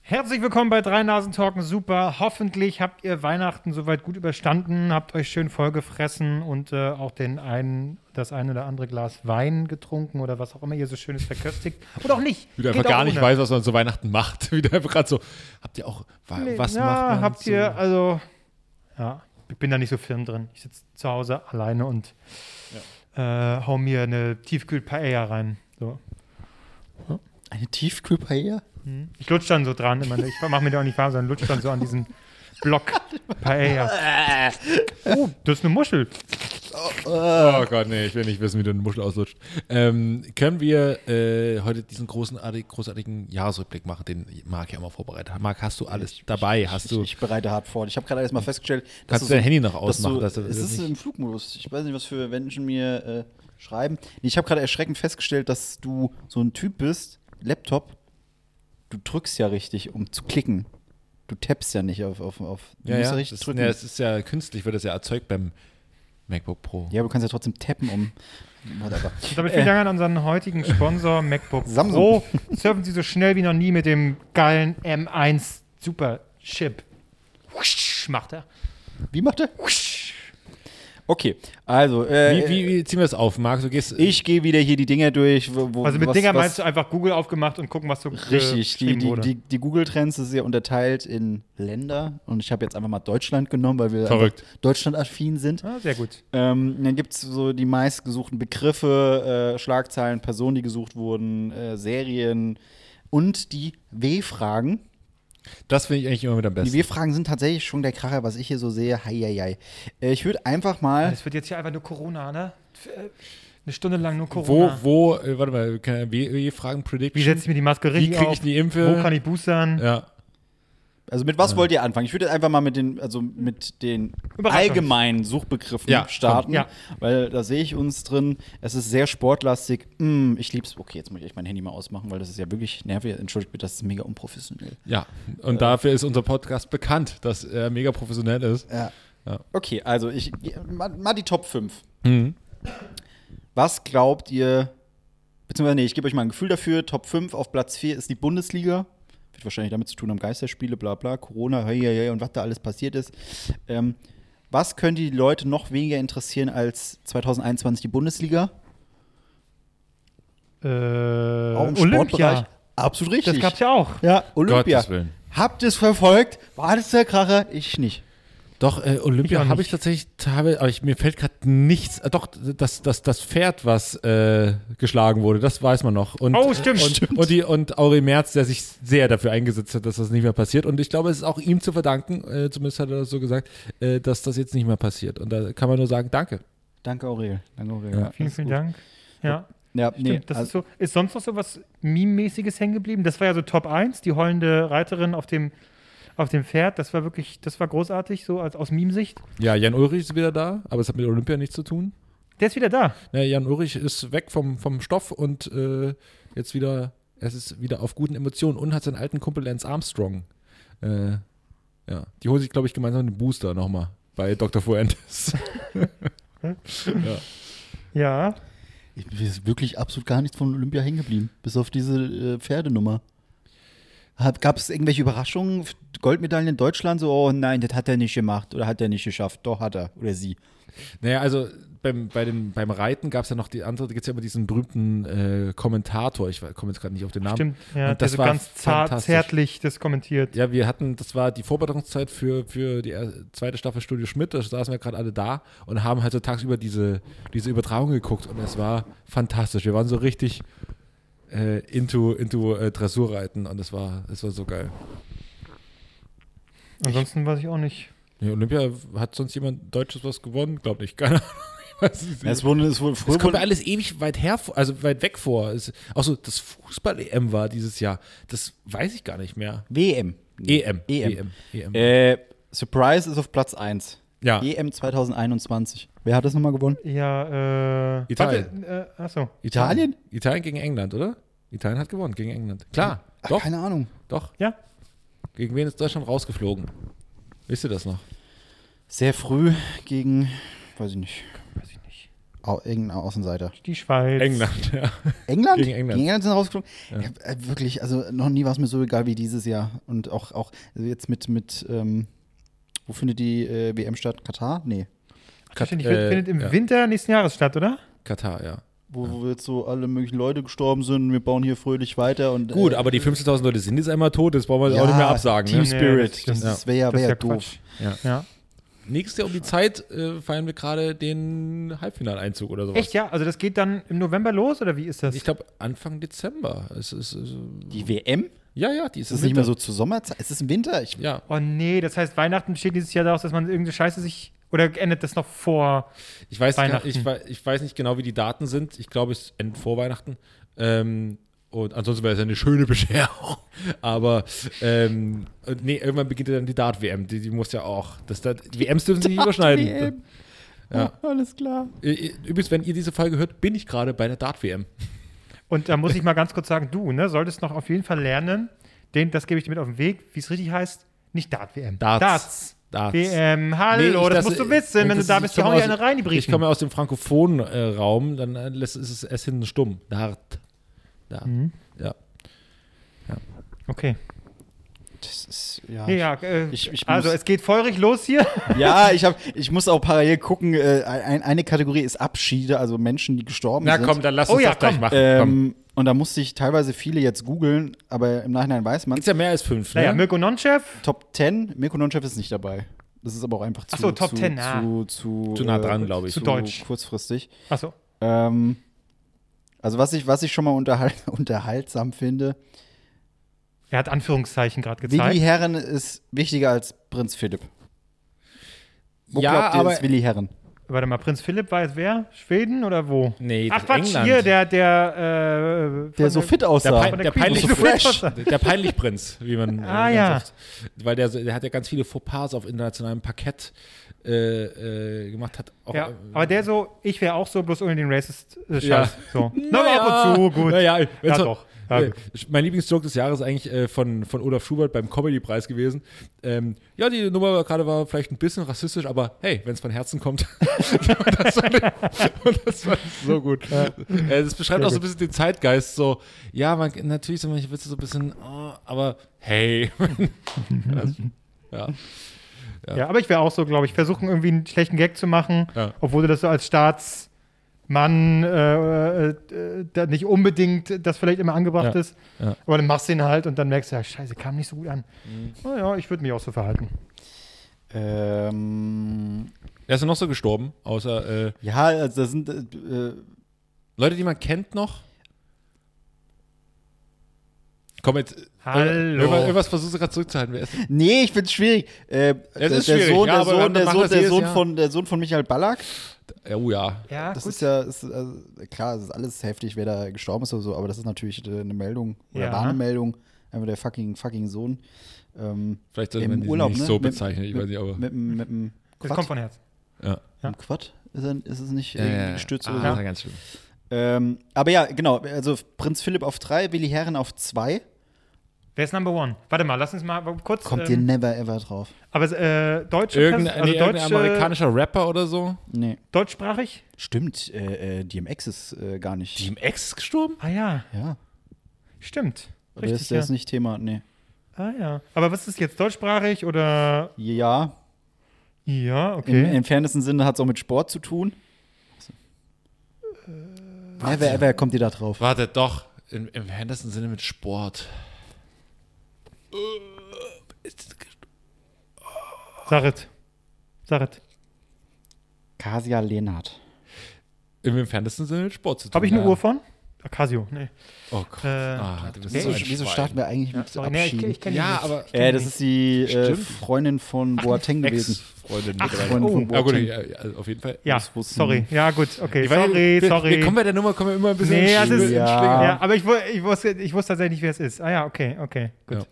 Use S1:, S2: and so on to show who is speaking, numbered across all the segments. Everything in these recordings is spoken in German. S1: Herzlich willkommen bei Drei Nasen Talken Super. Hoffentlich habt ihr Weihnachten soweit gut überstanden, habt euch schön vollgefressen und äh, auch den einen, das ein oder andere Glas Wein getrunken oder was auch immer ihr so schönes verköstigt. Oder auch nicht.
S2: Wie du
S1: Geht
S2: einfach
S1: auch
S2: gar nicht
S1: ohne.
S2: weißt, was man zu Weihnachten macht. Wie du einfach gerade so, habt ihr auch, wa-
S1: Nee,
S2: was
S1: na,
S2: macht man?
S1: habt
S2: so?
S1: ihr, also, ja, ich bin da nicht so firm drin. Ich sitze zu Hause alleine und äh, hau mir eine Tiefkühl-Paella rein. So.
S3: Eine Tiefkühlpaella?
S1: Ich lutsch dann so dran immer. Ich mach mir da auch nicht warm, sondern lutsch dann so an diesen Block Paella. Oh, das ist eine Muschel.
S2: Oh Gott, nee, ich will nicht wissen, wie du eine Muschel auslutscht. Ähm, können wir äh, heute diesen großen, artig- großartigen Jahresrückblick machen, den Marc ja immer vorbereitet hat? Marc, hast du alles dabei? hast du Hm.
S3: Ich, ich bereite hart vor. Ich habe gerade erst mal festgestellt, dass
S2: Kannst
S3: es
S2: du dein
S3: so-
S2: Handy noch
S3: dass
S2: ausmachen,
S3: So,
S2: dass du das
S3: es ist
S2: nicht-
S3: im Flugmodus. Ich weiß nicht, was für Menschen mir äh, schreiben. Nee, ich habe gerade erschreckend festgestellt, dass du so ein Typ bist, Laptop, du drückst ja richtig, um zu klicken. Du tappst ja nicht auf. auf, auf du musst ja
S2: das,
S3: richtig
S2: ist-
S3: drücken.
S2: ja,
S3: Ja,
S2: es ist ja künstlich, wird das ja erzeugt beim MacBook Pro.
S3: aber du kannst ja trotzdem tappen, um. Whatever. Äh,
S1: Damit vielen Dank an unseren heutigen Sponsor MacBook
S3: Samsung.
S1: Pro. Surfen Sie so schnell wie noch nie mit dem geilen M1 Super Chip. Whoosh, Macht er.
S3: Wie macht er? Okay, also. Äh,
S2: Wie, wie, wie ziehen wir das auf, Marc? Du gehst
S3: Ich gehe wieder hier die Dinger durch. Wo, wo-
S1: Also mit
S3: was-
S1: Dinger
S3: was-
S1: meinst du einfach Google aufgemacht und gucken, was so
S3: Richtig, die,
S1: geschrieben
S3: die,
S1: wurde.
S3: die, die Google Trends ist ja unterteilt in Länder und ich habe jetzt einfach mal Deutschland genommen, weil wir
S2: Verrückt.
S3: einfach deutschlandaffin sind.
S1: Ah, sehr gut.
S3: Ähm, dann gibt es so die meistgesuchten Begriffe, äh, Schlagzeilen, Personen, die gesucht wurden, äh, Serien und die W-Fragen.
S2: Das finde ich eigentlich immer mit am
S3: Die
S2: besten.
S3: W-Fragen sind tatsächlich schon der Kracher, was ich hier so sehe. Hei, hei, hei. Äh, ich würde einfach mal.
S1: Das wird jetzt hier einfach nur Corona, ne? F- äh, Eine Stunde lang nur
S2: Wo,
S1: Corona.
S2: wo, äh, warte mal, keine W- E W-Fragen Prediction.
S1: wie setze ich mir die Maske
S2: Wie
S1: richtig
S2: kriege
S1: auf?
S2: ich die Impfe?
S1: Wo kann ich boostern?
S2: ja.
S3: Also mit was wollt ihr anfangen? Ich würde jetzt einfach mal mit den, also mit den
S1: Überraschung.
S3: allgemeinen Suchbegriffen
S2: Ja, komm,
S3: starten,
S1: ja.
S3: weil da sehe ich uns drin. Es ist sehr sportlastig. Mm, ich lieb's. Okay, jetzt muss ich echt mein Handy mal ausmachen, weil das ist ja wirklich nervig. Entschuldigt bitte, das ist mega unprofessionell.
S2: Ja, und dafür ist unser Podcast bekannt, dass er mega professionell ist.
S3: Ja.
S2: Ja. Mhm.
S3: Okay, also ich mal, mal die Top 5. Was glaubt ihr? Beziehungsweise, nee, ich gebe euch mal ein Gefühl dafür. Top 5 auf Platz 4 ist die Bundesliga. Wird wahrscheinlich damit zu tun haben, Geisterspiele, bla bla, Corona, hei, hei, hei, und was da alles passiert ist. Ähm, was könnte die Leute noch weniger interessieren als 2021 die Bundesliga?
S1: Äh,
S3: Auch im
S1: Olympia.
S3: Sportbereich? Absolut richtig.
S1: Das gab's ja auch.
S3: Ja, Olympia.
S2: Gottes Willen.
S3: Habt ihr es verfolgt? War das der Kracher? Ich nicht.
S2: Doch, äh,
S1: Ich
S2: Olympia
S1: auch
S2: habe
S1: nicht.
S2: ich tatsächlich, teilweise, aber ich, mir fällt gerade nichts. Äh, doch, das, das, das Pferd, was äh, geschlagen wurde, das weiß man noch. Und,
S1: Oh, stimmt,
S2: äh, und,
S1: stimmt.
S2: Und, die, und Auri Merz, der sich sehr dafür eingesetzt hat, dass das nicht mehr passiert. Und ich glaube, es ist auch ihm zu verdanken, äh, zumindest hat er das so gesagt, äh, dass das jetzt nicht mehr passiert. Und da kann man nur sagen, danke.
S3: Danke, Aurel. Danke,
S2: Ja.
S3: Aurel. Ja,
S1: Vielen,
S3: das ist
S1: vielen
S3: gut.
S1: Dank. Ja,
S3: Ja, nee,
S1: stimmt. Das
S3: also-
S1: ist, so, ist sonst noch so was Meme-mäßiges hängen geblieben? Das war ja so Top 1, die heulende Reiterin auf dem, auf dem Pferd. Das war wirklich, das war großartig, so als, aus Meme-Sicht.
S2: Ja, Jan Ulrich ist wieder da, aber es hat mit Olympia nichts zu tun.
S1: Der ist wieder da.
S2: Ja, Ne, Jan Ulrich ist weg vom, vom Stoff und äh, jetzt wieder, es ist wieder auf guten Emotionen und hat seinen alten Kumpel Lance Armstrong. Äh, ja, die holen sich, glaube ich, gemeinsam den Booster nochmal bei Dr. Fuentes.
S1: Ja.
S3: Ich, mir ist wirklich absolut gar nichts von Olympia hängen geblieben, bis auf diese äh, Pferdenummer. Gab es irgendwelche Überraschungen? F- Goldmedaillen in Deutschland? So, oh nein, das hat er nicht gemacht oder hat er nicht geschafft. Doch, hat er oder sie.
S2: naja, also beim, bei dem, beim Reiten gab es ja noch die andere, da gibt es ja immer diesen berühmten äh, Kommentator, ich we- komme jetzt gerade nicht auf den Namen.
S1: Stimmt, ja,
S2: Und
S1: der
S2: das
S1: so
S2: war
S1: ganz zart,
S2: fantastisch.
S1: zärtlich das kommentiert.
S2: Ja, wir hatten, das war die Vorbereitungszeit für, für die er- zweite Staffel Studio Schmidt, da saßen wir gerade alle da und haben halt so tagsüber diese, diese Übertragung geguckt und es war fantastisch. Wir waren so richtig äh, into, into äh, Dressurreiten und es war, es war so geil.
S1: Ansonsten weiß ich auch nicht.
S2: Ja, Olympia hat sonst jemand Deutsches was gewonnen? Glaub nicht, keine Ahnung. Ich weiß es nicht.
S3: Es wurde, es wurde früher
S2: Es kommt mir
S3: wurde,
S2: alles ewig weit her, vor- also weit weg vor. Es, auch so, das Fußball-EM war dieses Jahr. Das weiß ich gar nicht mehr. E
S3: WM.
S2: EM.
S3: EM.
S2: EM.
S3: E Äh, Surprise ist auf Platz 1.
S2: Ja.
S3: EM 2021. Wer hat das nochmal gewonnen?
S1: Ja, äh.
S2: Italien.
S1: Warte, äh, achso.
S3: Italien?
S2: Italien gegen England, oder? Italien hat gewonnen gegen England. Klar,
S3: Ach,
S2: doch,
S3: keine Ahnung.
S2: doch.
S1: Ja.
S2: Gegen wen ist Deutschland rausgeflogen? Wisst ihr das noch?
S3: Sehr früh gegen, weiß ich nicht,
S1: Weiß ich nicht.
S3: Au- irgendein Außenseiter.
S1: Die Schweiz.
S2: England, ja.
S3: England?
S2: Gegen England.
S3: Gegen England sind rausgeflogen. Ja. äh, wirklich, also noch nie war es mir so egal wie dieses Jahr. Und auch, auch also jetzt mit, mit ähm, wo findet die äh, WM statt? Katar? Nee.
S1: Kat
S2: Kat-
S1: findet,
S2: äh,
S1: findet im
S2: ja.
S1: Winter nächsten Jahres statt, oder?
S2: Katar, ja.
S3: Wo, wo jetzt so alle möglichen Leute gestorben sind. Wir bauen hier fröhlich weiter. Und,
S2: Gut,
S3: äh,
S2: aber die 15.000 Leute sind jetzt einmal tot, das brauchen wir
S3: ja,
S2: auch nicht mehr absagen.
S3: Team
S2: Ne?
S1: Nee,
S3: Spirit.
S1: das
S3: das
S1: stimmt.
S3: das wäre ja, wär ja doof.
S1: Quatsch.
S2: Ja.
S1: Ja.
S2: Nächstes Jahr um die Zeit äh, feiern wir gerade den Halbfinaleinzug oder sowas.
S1: Echt, ja? Also das geht dann im November los, oder wie ist das?
S2: Ich glaube Anfang Dezember. Es ist, es ist
S3: Die WM?
S2: ja, ja, die ist,
S3: Ist das nicht mehr so zur Sommerzeit? Ist es im Winter? Ich,
S2: Ja,
S1: oh nee, das heißt, Weihnachten besteht dieses Jahr daraus, dass man irgendeine Scheiße sich, oder endet das noch vor?
S2: ich weiß, gar-
S1: Weihnachten.
S2: ich, wei- ich weiß nicht genau, wie die Daten sind. Ich glaube, es endet vor Weihnachten. Ähm, und ansonsten wäre es ja eine schöne Bescherung. Aber ähm, und nee, irgendwann beginnt ja dann die Dart-WM. Die, die muss ja auch. Das, das, die WMs dürfen sich nicht überschneiden.
S3: WM. Alles klar.
S2: Äh, äh, Übrigens, wenn ihr diese Folge hört, bin ich gerade bei der Dart-WM.
S1: Und da muss ich mal ganz kurz sagen, du, ne, solltest noch auf jeden Fall lernen, den, das gebe ich dir mit auf den Weg, wie es richtig heißt, nicht Dart-WM.
S2: Darts.
S1: Darts.
S2: Darts.
S1: WM,
S2: Nee, ich-
S1: hallo, das, musst du wissen, wenn du
S2: das-
S1: da
S2: ich
S1: bist, die
S2: komme
S1: hauen dir
S2: aus-
S1: eine rein, die
S2: Ich
S1: Briefen.
S2: komme aus dem frankophonen äh, Raum, dann äh, lässt- ist es erst hinten stumm. Dart. Da.
S1: Mhm.
S2: Ja.
S1: Okay.
S3: Das ist, ja.
S2: Ah,
S1: Nee, ja, äh,
S3: Ich- ich
S1: also
S3: muss-
S1: es geht feurig los hier.
S3: Ja, ich, hab, ich muss auch parallel gucken. Äh, ein, eine Kategorie ist Abschiede, also Menschen, die gestorben
S2: Na
S3: sind.
S2: komm, dann lass
S1: Oh
S2: uns
S1: ja,
S2: das gleich
S1: komm.
S2: machen. komm.
S3: Ähm, und da musste ich teilweise viele jetzt googeln, aber im Nachhinein weiß man
S2: Ist ja mehr als fünf, ne?
S1: Naja, Mirko Nonchef,
S3: Top 10, Mirko Nonchef ist nicht dabei. Das ist aber auch einfach zu,
S1: Ach so, Top
S3: zu,
S1: 10, ah.
S3: zu, zu, äh,
S2: Zu nah dran, glaub ich.
S3: Zu
S1: Zu deutsch.
S3: kurzfristig.
S1: achso,
S3: Ähm, also was ich, was ich schon mal unterhal unterhaltsam finde,
S1: er hat Anführungszeichen gerade
S3: Willi
S1: gezeigt.
S3: Herren ist wichtiger als Prinz Philipp. Wo
S2: Ja,
S3: glaubt ihr,
S2: aber-
S3: ist Willi Herren?
S1: Warte mal, Prinz Philipp war jetzt wer? Schweden oder wo?
S2: Nee, das
S1: Ach Quatsch,
S2: England.
S1: hier, der, der, äh,
S3: Der
S1: von
S3: so fit aussah.
S2: Pein-
S1: von
S2: der
S1: Queen.
S2: peinliche
S1: So
S3: Fresh.
S1: aussah.
S2: Der Peinlichprinz, wie man. äh,
S1: Ah,
S2: ganz
S1: ja.
S2: oft- Weil der, so- der hat ja ganz viele Fauxpas auf internationalem Parkett äh, äh, gemacht. Hat auch,
S1: Ja,
S2: äh,
S1: aber der so, ich wäre auch so, bloß ohne den Racist-Scheiß.
S2: Ja.
S1: So. Na, aber ab und zu, gut.
S2: Naja,
S1: Ja,
S2: so-
S1: doch. Ja,
S2: äh,
S1: gut.
S2: mein Lieblingsjoke des Jahres ist eigentlich äh, von, von Olaf Schubert beim Comedy-Preis gewesen. Ähm, ja, die Nummer war- gerade war vielleicht ein bisschen rassistisch, aber hey, wenn es von Herzen kommt. das, war, und das war so gut. Äh, das beschreibt auch so ein bisschen den Zeitgeist. So, ja, man, natürlich sind manche Witze so ein bisschen, oh, aber hey. das, ja.
S1: ja. aber ich wäre auch so, glaube ich, versuchen irgendwie einen schlechten Gag zu machen,
S2: Ja.
S1: obwohl du das so als Staatsmann äh, äh, da nicht unbedingt das vielleicht immer angebracht
S2: Ja.
S1: ist.
S2: Ja. Mhm.
S1: Aber dann machst du ihn halt und dann merkst du, ja, scheiße, kam nicht so gut an. Naja, ich würde mich auch so verhalten.
S3: Ähm,
S2: Er ist noch so gestorben, außer äh,
S3: ja, also da sind äh,
S2: Leute, die man kennt noch. Komm jetzt. äh,
S1: Hallo.
S2: Irgendwas, irgendwas versuchst du gerade zurückzuhalten. Wer ist denn?
S3: Nee, ich find's schwierig. Äh, der,
S2: ist
S3: der
S2: schwierig,
S3: Sohn,
S2: ja,
S3: der
S2: aber
S3: Sohn,
S2: wir
S3: der
S2: machen
S3: Sohn,
S2: das
S3: der
S2: jedes
S3: Sohn
S2: Jahr.
S3: von der Sohn von Michael Ballack.
S2: Ja, Oh ja.
S1: Ja,
S3: Das ist ja ist, also, klar, es ist alles heftig, wer da gestorben ist oder so, aber das ist natürlich äh, eine Meldung oder
S1: Ja.
S3: war eine Meldung, einfach der fucking fucking Sohn. Ähm,
S2: Vielleicht sollte
S3: Im
S2: man diesen
S3: Urlaub,
S2: nicht
S3: ne?
S2: so
S3: Mit-
S2: bezeichnen. Ich
S3: mit-
S2: weiß nicht, aber.
S3: mit dem mit dem
S1: das kommt von Herz.
S2: ja.
S1: ja.
S3: Mit dem Quad ist, er, ist es nicht irgendwie gestürzt
S2: ah,
S3: oder so.
S2: das war ganz schlimm.
S3: Ähm, aber ja, genau, also Prinz Philipp auf drei, Willi Herren auf zwei.
S1: Wer ist Number One? Warte mal, lass uns mal kurz.
S3: Kommt
S1: ähm,
S3: ihr never ever drauf.
S1: aber äh, deutsche
S2: Irgendein,
S1: Pers- also
S2: nee,
S1: deutsche,
S2: irgendein amerikanischer Rapper oder so.
S3: Nee.
S1: deutschsprachig?
S3: Stimmt, äh, äh, DMX ist äh, gar nicht.
S2: Ex ist gestorben?
S1: Ah ja,
S3: ja.
S1: stimmt.
S3: Aber der ist, der
S1: ja.
S3: ist nicht Thema, nee.
S1: Ah ja. Aber was ist jetzt deutschsprachig oder
S3: Ja,
S1: ja, okay.
S3: Im entferntesten Sinne hat es auch mit Sport zu tun. Never ever kommt ihr da drauf.
S2: Warte, doch. Im, im härtesten Sinne mit Sport. Äh, ist-
S1: Sag es. Sag es.
S3: Kasia Lehnhardt.
S2: Im entferntesten Sinne mit Sport zu tun.
S1: Habe ich eine
S2: ja.
S1: Uhr von? Ah, Casio, nee.
S2: Oh Gott.
S1: Äh,
S2: ah, du bist
S1: nee,
S2: so ein
S1: ich-
S3: Wieso
S2: Schwein.
S3: starten wir eigentlich mit
S1: Sorry, nee, ich,
S3: Abschieden?
S1: ich kenne
S2: Ja,
S1: die nicht.
S2: aber.
S3: äh, das ist die äh,
S2: Stimmt.
S3: Freundin von Boateng gewesen.
S2: Ex-Freundin
S1: Ach,
S2: mittlerweile.
S3: Freundin
S1: oh.
S3: von
S2: Ja, gut,
S3: Boateng.
S2: ja, ja, also auf jeden Fall.
S1: Ja,
S3: das wussten-
S1: sorry. Ja, gut, okay.
S2: Ich weiß nicht,
S1: sorry,
S2: wir,
S1: sorry.
S2: Wir kommen bei der Nummer kommen wir immer ein bisschen
S1: Nee,
S2: in
S1: das
S2: Schlinge-
S1: ist-
S2: in
S3: Ja.
S2: Schlinge.
S1: ja, aber ich, wu- ich, wusste, ich wusste tatsächlich nicht, wer es ist. Ah ja, okay, okay. Gut,
S2: Ja.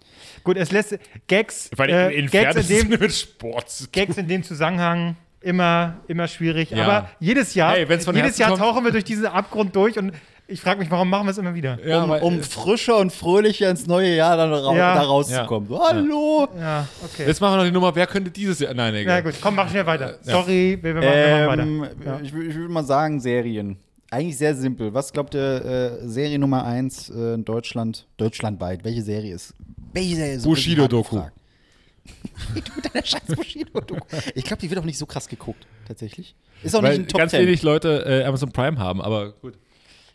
S1: gut es lässt Gags,
S2: Weil
S1: äh,
S2: in
S1: Gags, in dem,
S2: mit Sport zu tun.
S1: Gags in dem Zusammenhang immer, immer schwierig.
S2: Ja.
S1: Aber jedes Jahr,
S2: Hey, wenn's von
S1: jedes
S2: Herzen
S1: Jahr
S2: kommt-
S1: tauchen wir durch diesen Abgrund durch und Ich frage mich, warum machen wir es immer wieder?
S2: Ja,
S3: um,
S2: weil-
S3: um frischer und fröhlicher ins neue Jahr dann ra
S1: äh, Ja.
S3: da rauszukommen. So, Hallo!
S1: Ja, okay.
S2: Jetzt machen wir noch die Nummer, wer könnte dieses Jahr. Nein,
S1: Na
S2: egal.
S1: gut, komm, mach schnell weiter. Sorry, wir, wir machen, wir
S3: Ähm,
S1: machen weiter. Ja.
S3: Ich, wü- ich würde mal sagen, Serien. Eigentlich sehr simpel. Was glaubt ihr, äh, Serie Nummer 1 äh, in Deutschland, deutschlandweit? Welche Serie ist? Welche Serie ist so
S2: Bushido-Doku.
S3: richtig abgefragt? du mit deiner scheiß Bushido-Doku. Ich glaube, die wird auch nicht so krass geguckt, tatsächlich. Ist auch
S2: Weil
S3: nicht in Top
S2: ganz
S3: 10.
S2: wenig Leute äh, Amazon Prime haben, aber gut.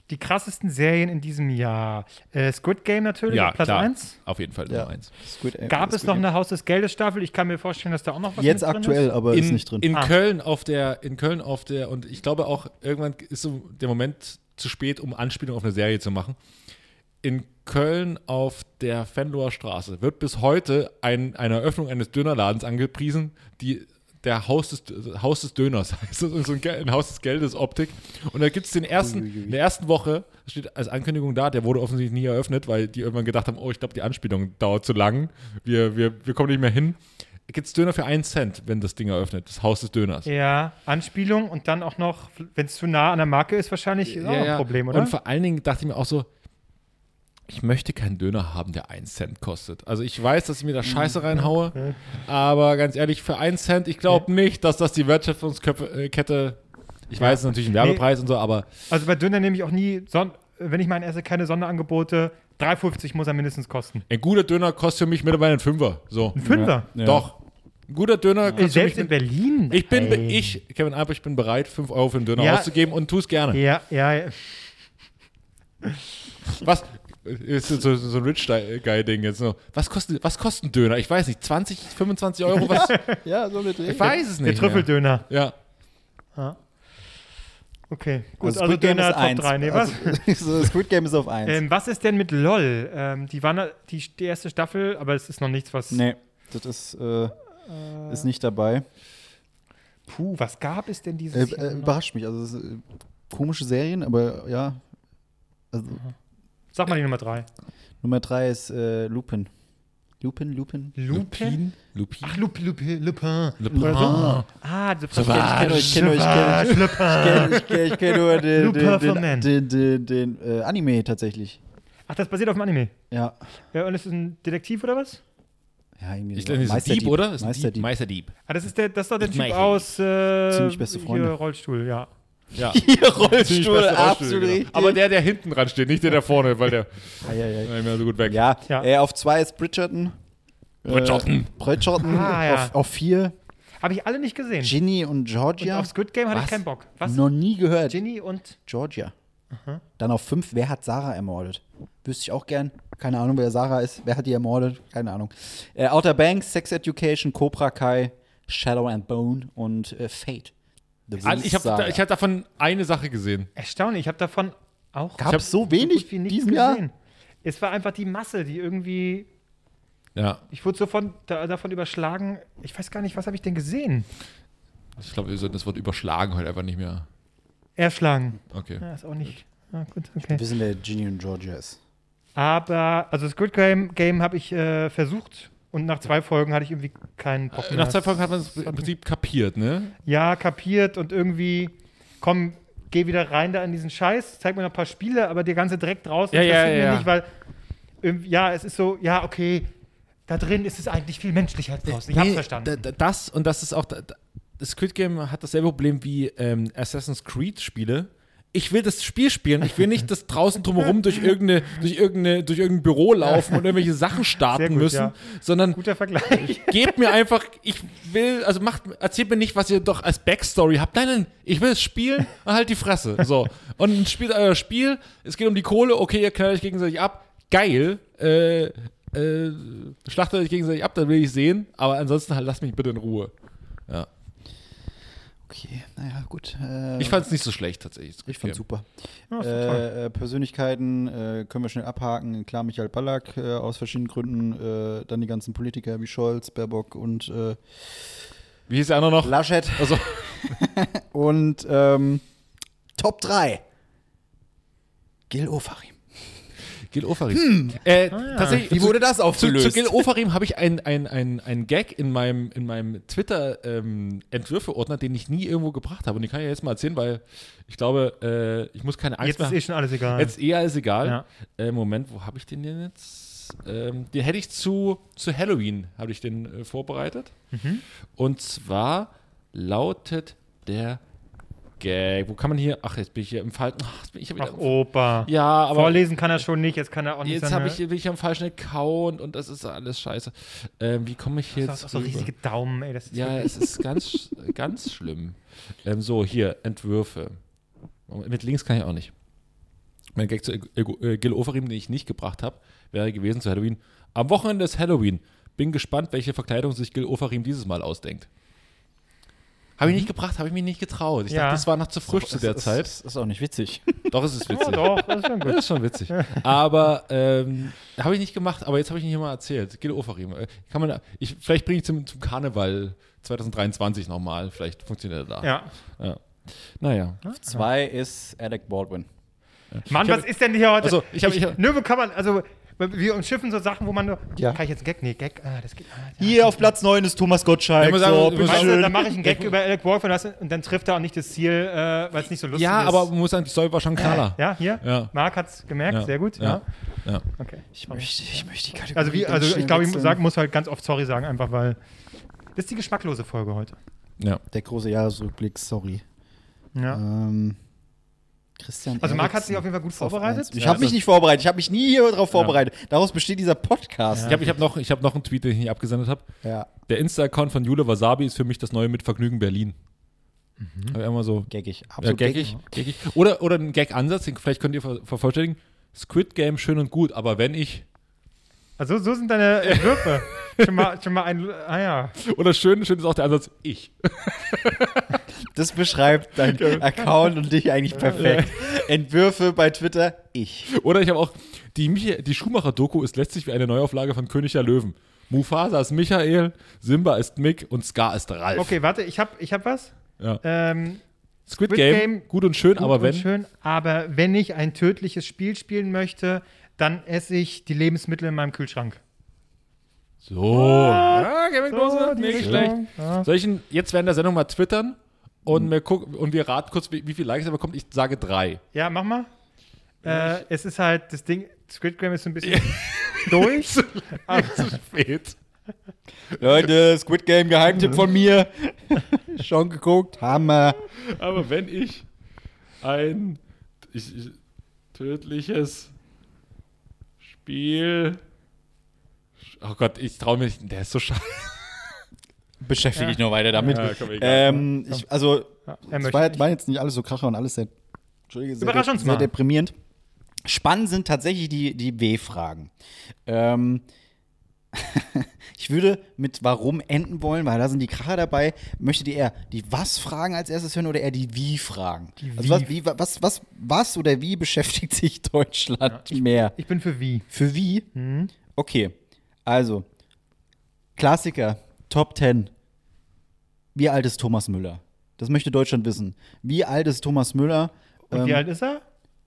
S1: Die krassesten Serien in diesem Jahr. Äh, Squid Game natürlich,
S2: Ja,
S1: auf Platz
S2: klar.
S1: 1.
S2: Auf jeden Fall Nummer
S3: Ja.
S2: eins.
S3: Squid- äh,
S1: Gab es
S3: Squid
S1: noch
S3: Game.
S1: eine Haus des Geldes Staffel? Ich kann mir vorstellen, dass da auch noch was
S3: Jetzt
S1: mit drin
S3: aktuell,
S1: Ist.
S3: aber ist
S2: in,
S3: nicht drin.
S2: In
S1: Ah.
S2: Köln auf der, in Köln auf der, und ich glaube auch, irgendwann ist so der Moment zu spät, um Anspielung auf eine Serie zu machen. In Köln auf der Venloer Straße wird bis heute ein, eine Eröffnung eines Dönerladens angepriesen, die der Haus des, Haus des Döners heißt. Das ist so ein, Ge- ein Haus des Geldes Optik. Und da gibt es den ersten, in der ersten Woche, steht als Ankündigung da, der wurde offensichtlich nie eröffnet, weil die irgendwann gedacht haben, oh, ich glaube, die Anspielung dauert zu lang. Wir, wir, wir kommen nicht mehr hin gibt es Döner für einen Cent, wenn das Ding eröffnet, das Haus des Döners.
S1: Ja, Anspielung und dann auch noch, wenn es zu nah an der Marke ist, wahrscheinlich ist auch noch ein Problem, oder?
S2: Und vor allen Dingen dachte ich mir auch so, ich möchte keinen Döner haben, der einen Cent kostet. Also ich weiß, dass ich mir da
S1: Mhm.
S2: Scheiße reinhaue, aber ganz ehrlich, für einen Cent, ich glaube nicht, dass das die Wertschöpfungskette, ich weiß, es ist natürlich ein Werbepreis und so, aber
S1: Also bei Döner nehme ich auch nie, Son wenn ich meinen esse, keine Sonderangebote. 3,50 muss er mindestens kosten.
S2: ein guter Döner kostet für mich mittlerweile einen Fünfer. So.
S1: Ein Fünfer?
S3: Ja.
S2: Doch. Ein guter Döner
S1: Ey,
S2: kostet für mich
S1: Selbst in
S2: mit,
S1: Berlin?
S2: ich bin, be-
S1: Nein.
S2: ich, Kevin Albrecht, ich bin bereit, 5 Euro für einen Döner
S1: Ja.
S2: auszugeben und tu es gerne.
S1: Ja, ja, ja.
S2: Was? Ist so, so ein Rich Guy-Ding jetzt so. Was kostet, was kostet ein Döner? Ich weiß nicht, 20, 25 Euro? Was?
S3: Ja, so eine Dreh.
S2: Ich weiß es
S1: Der
S2: nicht. mehr.
S1: Trüffeldöner.
S2: Ja.
S1: Okay, gut. Also,
S3: Squid Game
S1: Döner
S3: ist
S1: Top 3. Nee, was?
S3: Also, so, Squid Game ist auf 1.
S1: ähm, was ist denn mit LOL? Ähm, die, waren, die, die erste Staffel, aber es ist noch nichts, was.
S3: nee, das ist, äh, ist nicht dabei.
S1: Puh, was gab es denn
S3: Äh,
S1: dieses Jahr?
S3: äh,
S1: noch?
S3: überrascht mich. Also, es ist, äh, komische Serien, aber ja. Also,
S1: Sag mal die Nummer 3.
S3: Nummer 3 ist äh, Lupin. Lupin, Lupin.
S1: Lupin?
S2: Lupin.
S1: Ach, Lup, Lup, Lupin.
S2: Lupin.
S1: Oder so? Ah, diese
S2: Sauvage.
S3: Ich kenne ich kenne
S1: Sauvage, Lupin.
S3: ich kenne ich kenn nur den,
S1: Lupin
S3: den,
S1: for
S3: den,
S1: Men.
S3: den, den, den äh, Anime tatsächlich.
S1: Ach, das basiert auf dem Anime.
S3: Ja.
S1: Ja, und ist es ein Detektiv oder was?
S3: Ja, irgendwie
S2: Ich glaube, das ist ein Dieb, oder? Das Ist ein Dieb.
S3: Meisterdieb.
S2: Meisterdieb.
S1: Ah, das ist der, das ist doch der
S2: Mit
S1: Typ
S2: Michael.
S1: aus äh,
S3: Ziemlich beste Freunde.
S1: hier Rollstuhl, ja.
S2: Ja.
S3: Hier
S2: Ziemlich
S3: Rollstuhl,
S2: beste Rollstuhl,
S3: absolut
S2: genau.
S3: richtig.
S2: Aber der, der hinten dran steht, nicht der, der vorne, weil der
S3: Ah, ja, ja.
S2: nicht mehr so gut weg.
S3: ja,
S1: Ja.
S3: Äh, auf 2 ist Bridgerton.
S2: Bridgerton.
S3: Äh, Bridgerton.
S1: Ah, ja.
S3: Auf- Auf 4
S1: Habe ich alle nicht gesehen.
S3: Ginny und
S1: und
S3: Georgia.
S1: auf Squid Game hatte
S2: Was?
S1: ich keinen Bock. Was?
S3: Noch nie gehört.
S1: Ginny und
S3: Georgia. Dann auf fünf, wer hat Sarah ermordet? Wüsste ich auch gern. Keine Ahnung, wer Sarah ist. Wer hat die ermordet? Keine Ahnung. Äh, Outer Banks, Sex Education, Cobra Kai, Shadow and Bone und äh, Fate. The
S2: Also Ich
S3: Wind Saga.
S2: habe ich hab davon eine Sache gesehen.
S1: erstaunlich, ich habe davon auch
S3: Gab's
S1: so
S3: so
S1: gut
S3: wenig
S1: wie nichts
S3: diesen Jahr?
S1: Es war einfach die Masse, die irgendwie
S2: Ja.
S1: ich wurde so von, da, davon überschlagen. Ich weiß gar nicht, was habe ich denn gesehen?
S2: Ich glaube, wir sollten das Wort überschlagen heute einfach nicht mehr.
S1: Erschlagen.
S2: Okay.
S1: Ja, ist auch nicht. Ja, gut, okay.
S3: Wir wissen, wer Ginny und Georgia ist.
S1: Aber, also Squid Game, Game habe ich äh, versucht und nach zwei Folgen hatte ich irgendwie keinen Bock mehr.
S2: Nach zwei Folgen hat man es im Prinzip kapiert, ne?
S1: Ja, kapiert und irgendwie, komm, geh wieder rein da in diesen Scheiß, zeig mir noch ein paar Spiele, aber der ganze Dreck draußen
S2: Ja, ja, ja, ja.
S1: mich nicht, weil, irgendwie- ja, es ist so, ja, okay, da drin ist es eigentlich viel menschlicher als draußen. Ich hab's
S2: Nee,
S1: verstanden.
S2: da- da- Das und das ist auch. da- da- das Squid Game hat dasselbe Problem wie ähm, Assassin's Creed-Spiele. Ich will das Spiel spielen. Ich will nicht, dass draußen drumherum durch, irgendeine, durch, irgendeine, durch irgendein Büro laufen und irgendwelche Sachen starten
S1: Sehr gut,
S2: müssen,
S1: ja.
S2: sondern
S1: Guter Vergleich.
S2: gebt mir einfach, ich will, also macht, erzählt mir nicht, was ihr doch als Backstory habt. Nein, nein, ich will es spielen und halt die Fresse. So. Und spielt euer Spiel, es geht um die Kohle, okay, ihr knallt euch gegenseitig ab. Geil. Äh, äh, schlachtet euch gegenseitig ab, dann will ich sehen. Aber ansonsten halt lasst mich bitte in Ruhe. Ja.
S3: Okay, naja, gut. Äh,
S2: Ich fand es nicht so schlecht tatsächlich.
S3: ich fand's super.
S1: Ja, ist doch toll.
S3: Äh, äh, Persönlichkeiten äh, können wir schnell abhaken. Klar, Michael Ballack äh, aus verschiedenen Gründen. Äh, dann die ganzen Politiker wie Scholz, Baerbock und äh,
S2: Wie hieß der andere noch?
S3: Laschet.
S2: Also,
S3: Und ähm, Top 3. Gil Ofarim.
S2: Gil Ofarim.
S1: Hm.
S2: Äh,
S1: Ah,
S2: Tatsächlich,
S4: Wie
S2: zu-
S4: wurde das
S2: zu, zu
S4: aufgelöst?
S2: Gil Ofarim habe ich einen ein, ein, ein Gag in meinem, in meinem Twitter-Entwürfe-Ordner, den ich nie irgendwo gebracht habe. Und den kann ich jetzt mal erzählen, weil ich glaube, äh, ich muss keine
S1: Jetzt
S2: Angst
S1: ist
S2: mehr
S1: eh schon alles egal.
S2: Jetzt eher ist egal.
S1: Ja.
S2: Äh, Moment, wo habe ich den denn jetzt? Ähm, den hätte ich zu, zu Halloween, habe ich den äh, vorbereitet.
S1: Mhm.
S2: Und zwar lautet der Gag. Wo kann man hier? Ach, jetzt bin ich hier im Falten. Ach, jetzt bin ich hier
S1: Ach, oh.
S2: wieder.
S1: Opa.
S2: Ja, aber
S1: Vorlesen kann er schon nicht, jetzt kann er auch nicht ne?
S2: jetzt
S1: seine-
S2: habe ich, bin ich am falschen Account und das ist alles scheiße. Ähm, wie komme ich
S1: Du
S2: jetzt?
S1: hast auch so
S2: rüber?
S1: riesige Daumen, ey. Das ist
S2: Ja, es ist ganz, sch- ganz schlimm. Ähm, so, hier, Entwürfe. Mit links kann ich auch nicht. Mein Gag zu Ego- äh, Gil Oferim, den ich nicht gebracht habe, wäre gewesen zu Halloween. Am Wochenende ist Halloween. Bin gespannt, welche Verkleidung sich Gil Oferim dieses Mal ausdenkt. Habe ich nicht gebracht, habe ich mich nicht getraut. Ich
S1: Mhm. Ja.
S2: dachte, das war noch zu frisch zu der
S3: ist,
S2: Zeit.
S3: Ist, ist auch nicht witzig.
S2: Doch, es ist witzig.
S1: ja, doch, das ist schon
S2: Das
S1: gut.
S2: ist schon witzig. Aber ähm, habe ich nicht gemacht, aber jetzt habe ich ihn hier mal erzählt. Gil Oferim. Äh, Kann man, ich, vielleicht bringe ich zum, zum Karneval 2023 nochmal. Vielleicht funktioniert er da.
S1: Ja.
S2: Ja. Naja.
S3: Auf zwei ist Alec Baldwin.
S1: Mann, was ist denn hier heute?
S2: Also, ich hab- ich hab-
S1: Nö, wo kann man, also, wir umschiffen so Sachen, wo man nur,
S3: Ja.
S1: kann ich jetzt einen Gag? Nee, Gag, ah, das geht, ah, ja.
S3: Hier auf Platz 9 ist Thomas Gottschalk.
S2: Ja, aber
S3: so,
S2: sagen-
S3: bitteschön.
S1: Weißt du, dann mache ich einen Gag über Alec Baldwin das- und dann trifft er auch nicht das Ziel, äh, weil es nicht so lustig
S2: Ja,
S1: ist.
S2: Ah, aber man muss sagen, die Story war schon knaller.
S1: Ja, hier?
S2: Ja.
S1: Marc hat es gemerkt, sehr gut. Ja.
S2: ja. ja.
S1: Okay.
S3: ich, möchte, ich möchte die Kategorie.
S1: Also, wie,
S3: ganz
S1: also
S3: schnell
S1: ich glaube, ich
S3: wechseln.
S1: sag, muss halt ganz oft sorry sagen, einfach weil. Das ist die geschmacklose Folge heute.
S2: ja.
S3: Der große Jahresrückblick, sorry.
S1: Ja.
S3: Ähm, Christian.
S1: Also, Marc hat sich
S3: Eriksen
S1: auf jeden Fall gut
S3: ist auf
S1: vorbereitet.
S3: eins. Ich habe mich nicht vorbereitet. Ich habe mich nie hier drauf vorbereitet. Daraus besteht dieser Podcast.
S2: Ich habe ich hab noch, ich hab noch einen Tweet, den ich nicht abgesendet habe.
S3: Ja.
S2: Der Insta-Account von Jule Wasabi ist für mich das neue Mitvergnügen Berlin. Mhm. Immer so
S3: Gaggig.
S2: Ja,
S3: Absolut
S2: gaggig, gaggig. Oder, oder ein Gag-Ansatz, den vielleicht könnt ihr ver vervollständigen. Squid Game schön und gut, aber wenn ich.
S1: Also, so sind deine Entwürfe. schon, mal, schon mal ein. Ah ja.
S2: Oder schön, schön ist auch der Ansatz, ich.
S3: Das beschreibt dein Account und dich eigentlich perfekt. Entwürfe bei Twitter, ich.
S2: Oder ich habe auch. Die, Micha- die Schumacher-Doku ist letztlich wie eine Neuauflage von König der Löwen. Mufasa ist Michael, Simba ist Mick und Scar ist Ralf.
S1: Okay, warte, ich habe ich hab was.
S2: Ja.
S1: Ähm,
S2: Squid,
S1: Squid
S2: Game,
S1: Game,
S2: gut und schön,
S1: gut
S2: aber
S1: und
S2: wenn.
S1: Schön, aber wenn ich ein tödliches Spiel spielen möchte, dann esse ich die Lebensmittel in meinem Kühlschrank.
S2: So. Ja, Kevin Klose,
S1: die
S2: nicht schlecht.
S1: Richtung. Ja.
S2: Soll ich ihn jetzt während der Sendung mal twittern? Und, wir gucken, und wir raten kurz, wie, wie viel Likes er bekommt. Ich sage drei.
S1: ja, mach mal. Äh, es ist halt, das Ding, Squid Game ist so ein bisschen durch. Ah,
S2: Zu spät.
S3: Leute, Squid Game, Geheimtipp von mir. Schon geguckt. Hammer.
S2: Aber wenn ich ein ich, ich, tödliches Spiel. Oh Gott, ich traue mich. Der ist so scheiße.
S3: Beschäftige dich noch weiter damit.
S2: Ja, komm, egal.
S3: ähm, ich, also,
S1: Ja, er
S3: es
S1: möchte
S3: war,
S1: nicht.
S3: waren jetzt nicht alles so kracher und alles sehr, Entschuldige, sehr,
S1: Überrasch uns
S3: sehr
S1: mal.
S3: deprimierend. Spannend sind tatsächlich die, die W-Fragen. Ähm, ich würde mit Warum enden wollen, weil da sind die Kracher dabei. Möchtet ihr eher die Was-Fragen als erstes hören oder eher die Wie-Fragen?
S1: Die
S3: Also was, wie, was, was, was oder wie beschäftigt sich Deutschland mehr?
S1: Ich bin für wie.
S3: Für wie?
S1: Hm.
S3: Okay, also Klassiker, Top 10. Wie alt ist Thomas Müller? Das möchte Deutschland wissen. Wie alt ist Thomas Müller?
S1: Und
S3: Ähm,
S1: wie alt ist er?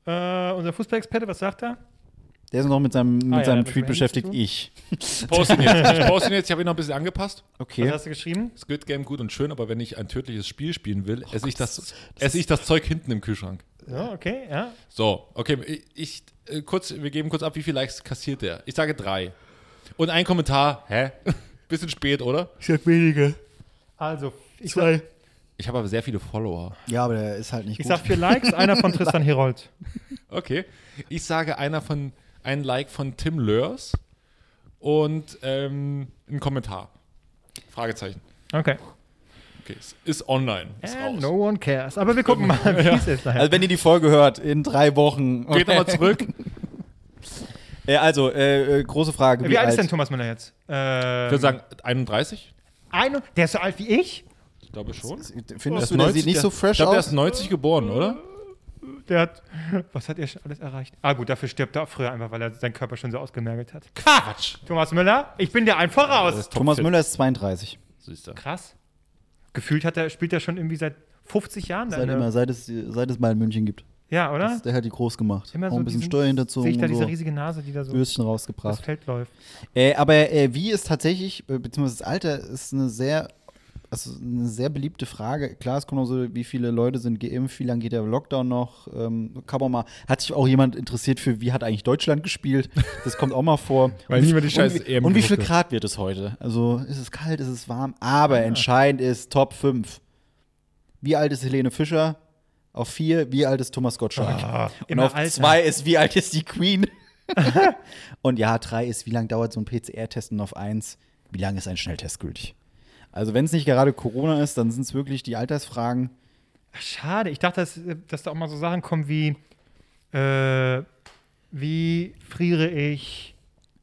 S1: Äh, unser Fußballexperte, was sagt er?
S3: Der ist noch mit seinem, mit
S1: Ah ja,
S3: seinem
S1: damit
S3: Tweet
S1: mit dem Handy
S3: beschäftigt.
S1: zu tun.
S3: Ich.
S2: Ich poste ihn jetzt. Ich poste ihn jetzt. Ich habe ihn noch ein bisschen angepasst.
S1: Was
S3: Okay.
S1: hast du geschrieben?
S2: Squid Game gut und schön, aber wenn ich ein tödliches Spiel spielen will, esse, ich das, esse ich das Zeug hinten im Kühlschrank.
S1: Ja, okay, ja.
S2: So, okay. Ich, ich, äh, kurz, wir geben kurz ab, wie viel Likes kassiert der. Ich sage drei. Und ein Kommentar. Hä? Bisschen spät, oder?
S3: Ich sag wenige.
S1: Also, ich, sag,
S3: Zwei.
S2: Ich habe aber sehr viele Follower.
S3: Ja, aber der ist halt nicht
S1: ich
S3: gut.
S1: sag vier Likes, einer von Tristan Herold.
S2: Okay. Ich sage einer von, ein Like von Tim Lörs und ähm, ein Kommentar. Fragezeichen.
S1: Okay.
S2: Okay, es ist online. Ist
S1: And
S2: raus.
S1: Äh, no one cares. Aber wir gucken mal, wie es ist nachher.
S3: also wenn ihr die Folge hört, in drei Wochen.
S2: Geht nochmal zurück.
S3: Äh, also, äh, äh, große Frage.
S1: Wie,
S3: Wie,
S1: alt
S3: alt
S1: ist denn Thomas Müller jetzt?
S2: Ich
S1: Ähm,
S2: würde sagen 31.
S1: ein, der ist so alt wie ich?
S2: Ich glaube schon.
S3: Findest du, der sieht nicht so
S2: ich
S3: fresh
S2: glaube, der
S3: aus?
S2: ist 90 geboren, oder?
S1: Der hat, was hat er schon alles erreicht? Ah gut, dafür stirbt er auch früher einfach, weil er seinen Körper schon so ausgemergelt hat.
S2: Quatsch!
S1: Thomas Müller, ich bin dir ein voraus.
S3: Thomas Müller ist 32.
S2: Siehst du.
S1: Krass. Gefühlt hat er, spielt er schon irgendwie seit 50 Jahren.
S3: Seit,
S1: seine-
S3: immer, seit, es, seit es mal in München gibt.
S1: Ja, oder?
S3: Das, der hat die groß gemacht.
S1: Immer
S3: Auch
S1: so
S3: ein bisschen
S1: diesen-
S3: Steuerhinterzogen
S1: Sehe ich da
S3: und
S1: diese
S3: so.
S1: riesige Nase, die da so
S3: Würstchen
S1: das
S3: rausgebracht.
S1: Feld läuft.
S3: Äh, aber äh, wie ist tatsächlich, äh, beziehungsweise das Alter ist eine sehr, also eine sehr beliebte Frage. Klar, es kommt auch so, wie viele Leute sind geimpft, wie lange geht der Lockdown noch? Ähm, kann man mal, hat sich auch jemand interessiert für, wie hat eigentlich Deutschland gespielt? Das kommt auch mal vor.
S2: Weil
S3: und,
S2: niemand die
S3: und
S2: scheiß
S3: wie-
S2: EM
S3: Und wie viel
S2: geguckt
S3: Grad wird es heute? Also ist es kalt, ist es warm? Aber entscheidend ist Top 5. Wie alt ist Helene Fischer? Auf 4, wie alt ist Thomas Gottschalk?
S1: Ah,
S3: Und
S1: immer
S3: auf
S1: alter.
S3: zwei ist, wie alt ist die Queen? und ja, drei ist, wie lange dauert so ein PCR-Test? Und auf eins, wie lange ist ein Schnelltest gültig? Also, wenn es nicht gerade Corona ist, dann sind es wirklich die Altersfragen.
S1: Ach, schade. Ich dachte, dass, dass da auch mal so Sachen kommen wie äh, wie friere ich?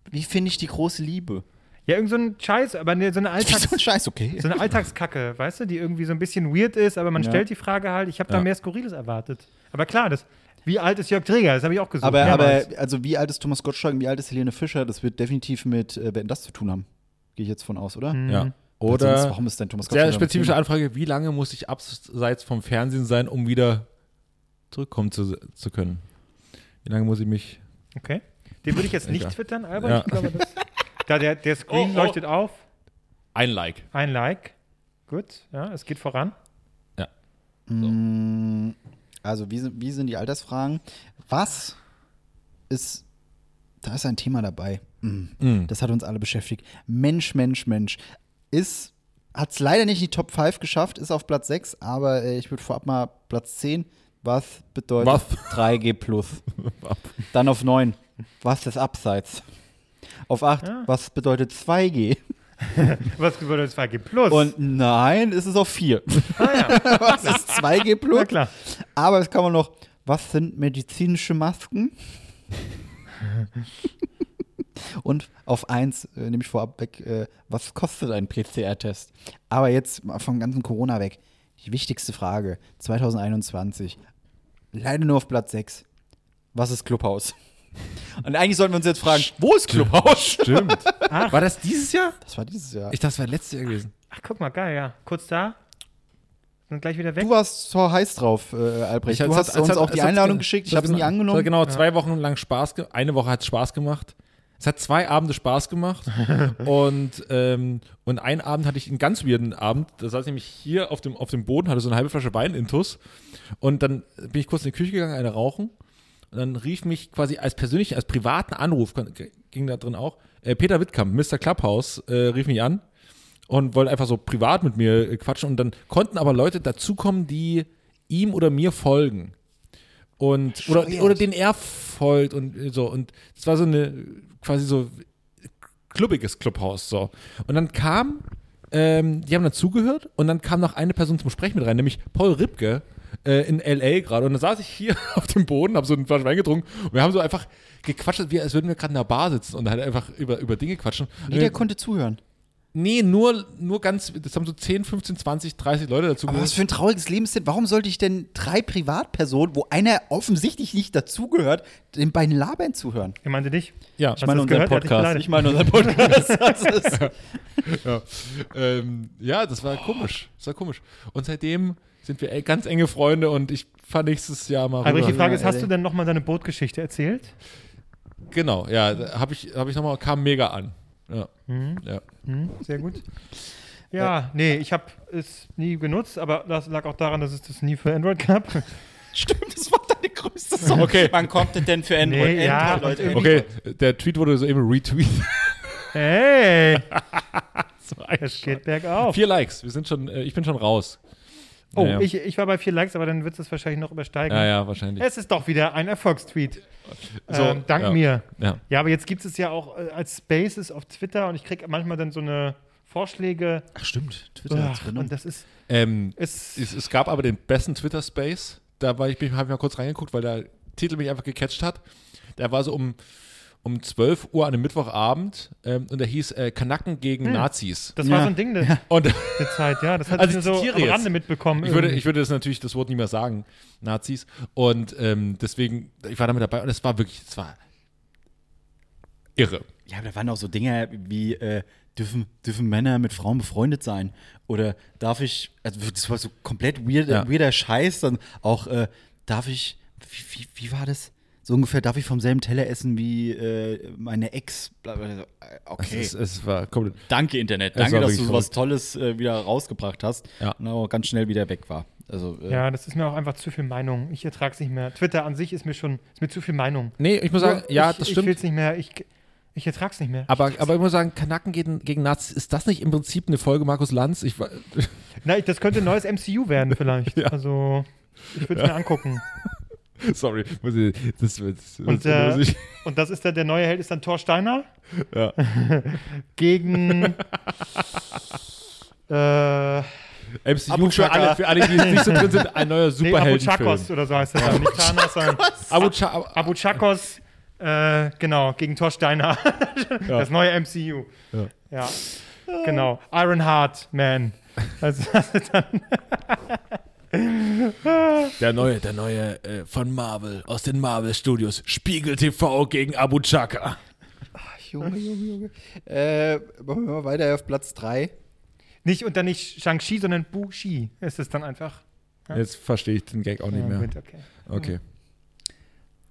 S3: Wie finde ich die große Liebe?
S1: Ja, irgend so ein Scheiß, aber ne, so eine Alltags
S3: so ein Scheiß, okay.
S1: so eine Alltagskacke, weißt du, die irgendwie so ein bisschen weird ist, aber man
S3: Ja.
S1: stellt die Frage halt, ich habe da
S2: Ja.
S1: mehr Skurriles erwartet. Aber klar, das wie alt ist Jörg Träger? Das habe ich auch gesucht.
S3: Aber, aber
S1: mehrmals.
S3: also wie alt ist Thomas Gottschalk, wie alt ist Helene Fischer? Das wird definitiv mit äh, Wer denn das zu tun haben. Gehe ich jetzt von aus, oder?
S1: Mhm,
S2: Ja.
S3: Sonst,
S2: Oder
S3: warum ist denn Thomas Gottschalk?
S2: sehr
S3: am
S2: spezifische
S3: Film?
S2: Anfrage, wie lange muss ich abseits vom Fernsehen sein, um wieder zurückkommen zu, zu können? Wie lange muss ich mich
S1: okay. Den würde ich jetzt nicht
S2: Egal.
S1: twittern, Albert.
S2: Ja.
S1: Ich glaube, das, da der, der Screen
S2: Oh, oh.
S1: leuchtet auf.
S2: ein Like?
S1: Ein Like. Gut, ja, es geht voran.
S3: Mm, Also, wie sind, wie sind die Altersfragen? Was ist. Da ist ein Thema dabei. Mm.
S2: Mm.
S3: Das hat uns alle beschäftigt. Mensch, Mensch, Mensch. Ist. Hat es leider nicht in die Top 5 geschafft, ist auf Platz 6, aber äh, ich würde vorab mal Platz 10. Was bedeutet
S2: Was?
S3: 3G Plus? Dann auf 9. Was ist Abseits? Auf 8.
S1: Ja.
S3: Was bedeutet 2G?
S1: Was bedeutet 2G Plus?
S3: Und nein, ist es auf 4.
S1: ah, ja.
S3: Was ist 2G Plus?
S1: Na klar.
S3: Aber es kann man noch, was sind medizinische Masken? Und auf eins äh, nehme ich vorab weg, äh, was kostet ein PCR-Test? Aber jetzt mal vom ganzen Corona weg. Die wichtigste Frage 2021. Leider nur auf Platz 6. Was ist Clubhaus? Und eigentlich sollten wir uns jetzt fragen, wo ist Clubhaus?
S2: Stimmt. War das dieses Jahr?
S3: Das war dieses Jahr.
S2: Ich dachte, das war letztes Jahr gewesen.
S1: Ach, guck mal, geil, ja. Kurz da. Dann gleich wieder weg.
S3: du warst so heiß drauf, äh, Albrecht. Du hast uns auch die Einladung geschickt, ich habe es nie
S2: Es
S3: angenommen.
S2: hat genau zwei Wochen lang Spaß gemacht. Eine Woche hat Spaß gemacht. Es hat zwei Abende Spaß gemacht. und, ähm, und einen Abend hatte ich einen ganz weirden Abend. Da saß ich nämlich hier auf dem, auf dem Boden, hatte so eine halbe Flasche Wein intus. Und dann bin ich kurz in die Küche gegangen, eine rauchen. Und dann rief mich quasi als persönlichen, als privaten Anruf, kon- g- ging da drin auch, äh, Peter Wittkamp, Mr. Clubhouse, äh, rief mich an und wollte einfach so privat mit mir äh, quatschen. Und dann konnten aber Leute dazukommen, die ihm oder mir folgen. Und, oder, oder den er folgt und äh, so. Und es war so eine, quasi so klubbiges Clubhaus, so. Und dann kam, ähm, die haben dann zugehört und dann kam noch eine Person zum Sprechen mit rein, nämlich Paul Ripke äh, in L.A. gerade. Und dann saß ich hier auf dem Boden, habe so einen Flaschen Wein getrunken und wir haben so einfach gequatscht, wie als würden wir gerade in einer Bar sitzen und halt einfach über, über Dinge quatschen. Und
S3: Nee, der
S2: wir-
S3: konnte zuhören.
S2: Nee, nur, nur ganz, das haben so 10, 15, 20, 30 Leute dazu
S3: Aber was für ein trauriges Lebenssinn. Warum sollte ich denn drei Privatpersonen, wo einer offensichtlich nicht dazugehört, den beiden labern zuhören?
S1: Ich meinte dich.
S2: Ja,
S1: Hast du das gehört? Er hat dich beleidigt.
S3: Ich meine unseren Podcast. Das ist-
S2: ja. Ähm, ja, das war komisch. Das war komisch. Und seitdem sind wir ey, ganz enge Freunde und ich fahre nächstes Jahr mal
S1: Albrecht, Also, die
S2: rüber.
S1: Frage ist, hast du denn nochmal deine Bootgeschichte erzählt?
S2: Genau, ja, habe ich, hab ich nochmal, kam mega an. Ja. Mhm. ja.
S1: Sehr gut. Ja,
S2: Äh.
S1: nee, ich habe es nie genutzt, aber das lag auch daran, dass es das nie für Android gab.
S3: Stimmt, das war deine größte Sorge.
S2: Okay.
S3: Wann kommt es denn für
S1: Nee, ja, und irgendwie-
S2: Okay, der Tweet wurde so eben retweet.
S1: Hey,
S2: Das war ein
S1: es
S2: Scheiß.
S1: geht bergauf.
S2: Vier Likes, wir sind schon, äh, ich bin schon raus.
S1: Oh,
S2: Naja.
S1: ich, ich war bei vier Likes, aber dann wird es wahrscheinlich noch übersteigen.
S2: Ja, ja, wahrscheinlich.
S1: Es ist doch wieder ein Erfolgstweet.
S2: So,
S1: ähm, dank
S2: ja.
S1: mir.
S2: Ja.
S1: Ja, aber jetzt gibt es ja auch äh, als Spaces auf Twitter und ich kriege manchmal dann so eine Vorschläge.
S3: Ach stimmt, Twitter hat's
S1: Ach,
S3: genommen.
S1: und das ist,
S2: Ähm,
S1: ist
S2: es, es gab aber den besten Twitter-Space. Da war ich, habe ich mal kurz reingeguckt, weil der Titel mich einfach gecatcht hat. Der war so um, um 12 Uhr an einem Mittwochabend ähm, und der hieß äh, Kanacken gegen Nazis.
S1: das
S3: Ja.
S1: war so ein Ding der,
S2: Und
S1: der Zeit, ja. Das hat
S2: Also
S1: ich nur
S2: ich
S1: so
S2: zitiere
S1: am
S2: jetzt.
S1: Rande mitbekommen.
S2: Ich würde,
S1: irgendwie.
S2: ich würde das natürlich, das Wort nie mehr sagen, Nazis. Und ähm, deswegen, ich war damit dabei und es war wirklich, es war irre.
S3: Ja, aber da waren auch so Dinge wie, äh, dürfen, dürfen Männer mit Frauen befreundet sein? Oder darf ich, also das war so komplett weird,
S2: Ja.
S3: weirder Scheiß, dann auch, äh, darf ich wie, wie, wie war das? So ungefähr darf ich vom selben Teller essen wie äh, meine Ex. Bla, bla, bla.
S2: Es,
S3: Okay.
S2: ist, es war komplett.
S3: Danke, Internet.
S2: Es war
S3: Danke, dass du
S2: wirklich
S3: sowas Tolles äh, wieder rausgebracht hast.
S2: Ja.
S3: Und auch ganz schnell wieder weg war. Also, äh,
S1: Ja, das ist mir auch einfach zu viel Meinung. Ich ertrage es nicht mehr. Twitter an sich ist mir schon, ist mir zu viel Meinung.
S2: Nee, ich muss sagen, ja,
S1: ich,
S2: das
S1: Ich
S2: stimmt.
S1: will es nicht mehr. Ich, ich ertrage es nicht mehr.
S2: aber, aber ich muss sagen, Kanaken gegen, gegen Nazis, ist das nicht im Prinzip eine Folge Markus Lanz? Ich, wa-
S1: Na, ich, das könnte ein neues MCU werden vielleicht. Also, ich würde es mir angucken.
S2: sorry, muss ich, das wird. Das
S1: Und,
S2: das-
S1: äh, und das ist dann, der neue Held ist dann Thor Steiner
S2: ja.
S1: gegen äh,
S2: MCU
S3: Abu
S2: für alle,
S3: Chaka.
S2: für alle, die jetzt nicht so drin sind, ein neuer
S1: nee,
S2: Superheldenfilm.
S1: Abuchakos oder so heißt er dann. Nicht Thanos, sondern
S2: Abu Chaka.
S1: Abuchakos, äh, genau, gegen Thor Steiner. Das neue MCU.
S2: Ja.
S1: Ja, genau. Iron Heart Man. Also, das ist dann,
S2: Der neue, der neue äh, von Marvel, aus den Marvel Studios. Spiegel TV gegen Abu Chaka.
S3: Junge, Junge, Junge. Äh, machen wir mal weiter auf Platz 3.
S1: nicht unter nicht Shang-Chi, sondern Bu-Chi ist es dann einfach.
S2: Jetzt verstehe ich den Gag auch nicht
S1: Ja,
S2: mehr.
S1: gut, okay.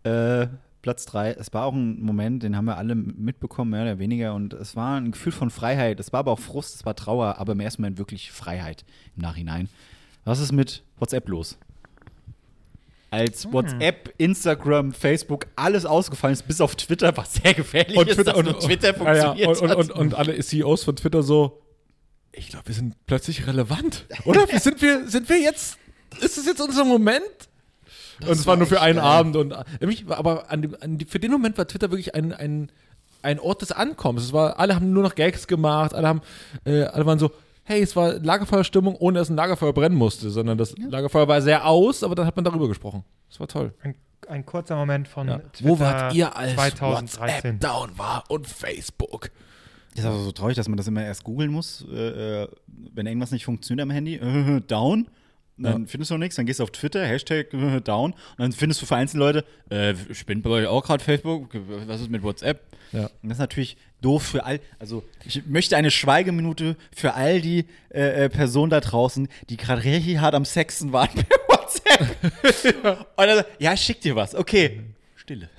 S2: Okay.
S3: Äh, Platz 3. Es war auch ein Moment, den haben wir alle mitbekommen, mehr oder weniger. Und es war ein Gefühl von Freiheit. Es war aber auch Frust, es war Trauer, aber im ersten Moment wirklich Freiheit im Nachhinein. Was ist mit WhatsApp los? Als
S2: Ah.
S3: WhatsApp, Instagram, Facebook alles ausgefallen ist, bis auf Twitter, was sehr gefährlich ist, dass nur Twitter
S2: ah ja,
S3: funktioniert
S2: und, und,
S3: hat.
S2: und, und alle CEOs von Twitter so, ich glaube, wir sind plötzlich relevant. Oder Wie sind wir, sind wir jetzt, ist es jetzt unser Moment? und es war
S3: war
S2: nur für
S3: echt
S2: einen
S3: geil.
S2: Abend. Und, äh, mich- aber an dem, an die, für den Moment war Twitter wirklich ein, ein, ein Ort des Ankommens. Es war, alle haben nur noch Gags gemacht, alle, haben, äh, alle waren so, hey, es war Lagerfeuerstimmung, ohne dass ein Lagerfeuer brennen musste, sondern das Lagerfeuer war sehr aus, aber dann hat man darüber gesprochen. Das war toll.
S1: Ein, ein kurzer Moment von
S2: Ja.
S1: Twitter
S2: Ne? Wo wart ihr, als
S1: 2013.
S2: WhatsApp down war und Facebook?
S3: Das ist aber so traurig, dass man das immer erst googeln muss, äh, äh, wenn irgendwas nicht funktioniert am Handy. Äh, down. Und Dann findest du nichts, dann gehst du auf Twitter, Hashtag äh, down. Und dann findest du vereinzelt Leute, äh, ich bin bei euch auch gerade Facebook, was ist mit WhatsApp?
S2: Ja.
S3: Und das ist natürlich doof für all, also ich möchte eine Schweigeminute für all die äh, äh, Personen da draußen, die gerade richtig hart am Sexen waren bei WhatsApp. Und dann, so, ja, ich schick dir was, okay. Stille.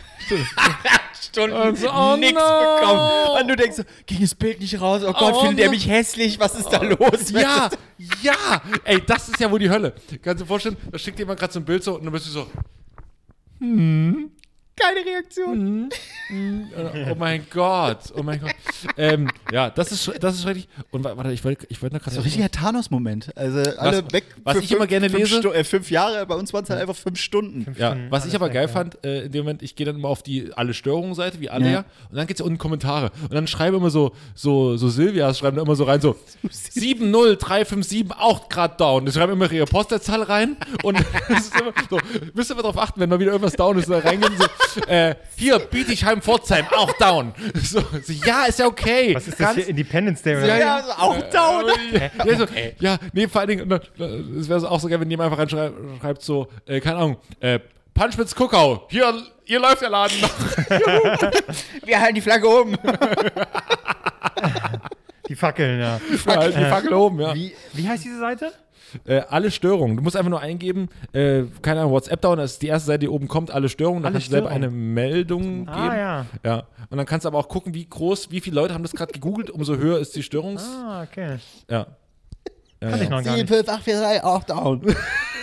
S3: Stunden
S2: Also, oh
S3: nichts
S2: no.
S3: bekommen. Und du denkst so, ging das Bild nicht raus? Oh Gott,
S2: Oh
S3: findet er
S2: no.
S3: mich hässlich? Was ist da los?
S2: Ja, ja. Ey, das ist ja wohl die Hölle. Kannst du dir vorstellen, da schickt jemand gerade so ein Bild so und dann bist du so,
S3: Keine Reaktion.
S2: oh mein Gott, oh mein Gott. ähm, ja, das ist, sch- das ist schrecklich. Und wa- warte, ich wollte ich wollte noch
S3: So
S2: gerade
S3: ein richtiger Thanos-Moment. Also alle weg.
S2: was ich immer gerne
S3: fünf
S2: lese-
S3: Stu- äh, fünf Jahre, bei uns waren es halt einfach fünf Stunden.
S2: Ja,
S1: Stunden
S2: was ich
S1: alles
S2: aber
S1: weg,
S2: geil
S1: ja.
S2: fand, äh, in dem Moment, ich gehe dann immer auf die alle Störungen Seite, wie alle ja.
S3: Ja.
S2: und dann geht's ja unten Kommentare und dann schreiben immer so so so Silvias schreiben da immer so rein so 70357 auch grad down. Die schreiben immer ihre Postleitzahl rein und es ist immer so, müsst ihr mal drauf achten, wenn mal wieder irgendwas down ist, da reingehen so äh, hier Bietigheim Pforzheim auch down. So, so ja, ist ja okay.
S1: Was ist das hier? Independence Day oder
S3: Ja,
S1: was?
S3: ja, also auch
S2: Äh,
S3: down.
S2: Ja, so, ja, nee, vor allen Dingen, und dann- es wäre auch so geil, wenn jemand einfach reinschreibt, schreibt so, äh, keine Ahnung, äh, Punchmitz Kuckau, hier, hier läuft der Laden noch. äh.
S3: Wir halten die Flagge oben.
S1: Die Fackeln, ja.
S2: Halt die Fackel oben, ja.
S1: Wie, wie heißt diese Seite?
S2: Äh, alle Störungen. Du musst einfach nur eingeben, äh, keine Ahnung, WhatsApp down, das ist die erste Seite, die oben kommt, alle Störungen, dann
S1: Alle
S2: kannst du selber eine
S1: Störungen.
S2: Meldung geben.
S1: Ah, ja.
S2: ja. Und dann kannst du aber auch gucken, wie groß, wie viele Leute haben das gerade gegoogelt, umso höher ist die Störungs.
S1: Ah, okay.
S2: Ja.
S1: Kann ich noch gar
S3: 7,
S1: nicht.
S3: 5, 8, 4, 3, auch down.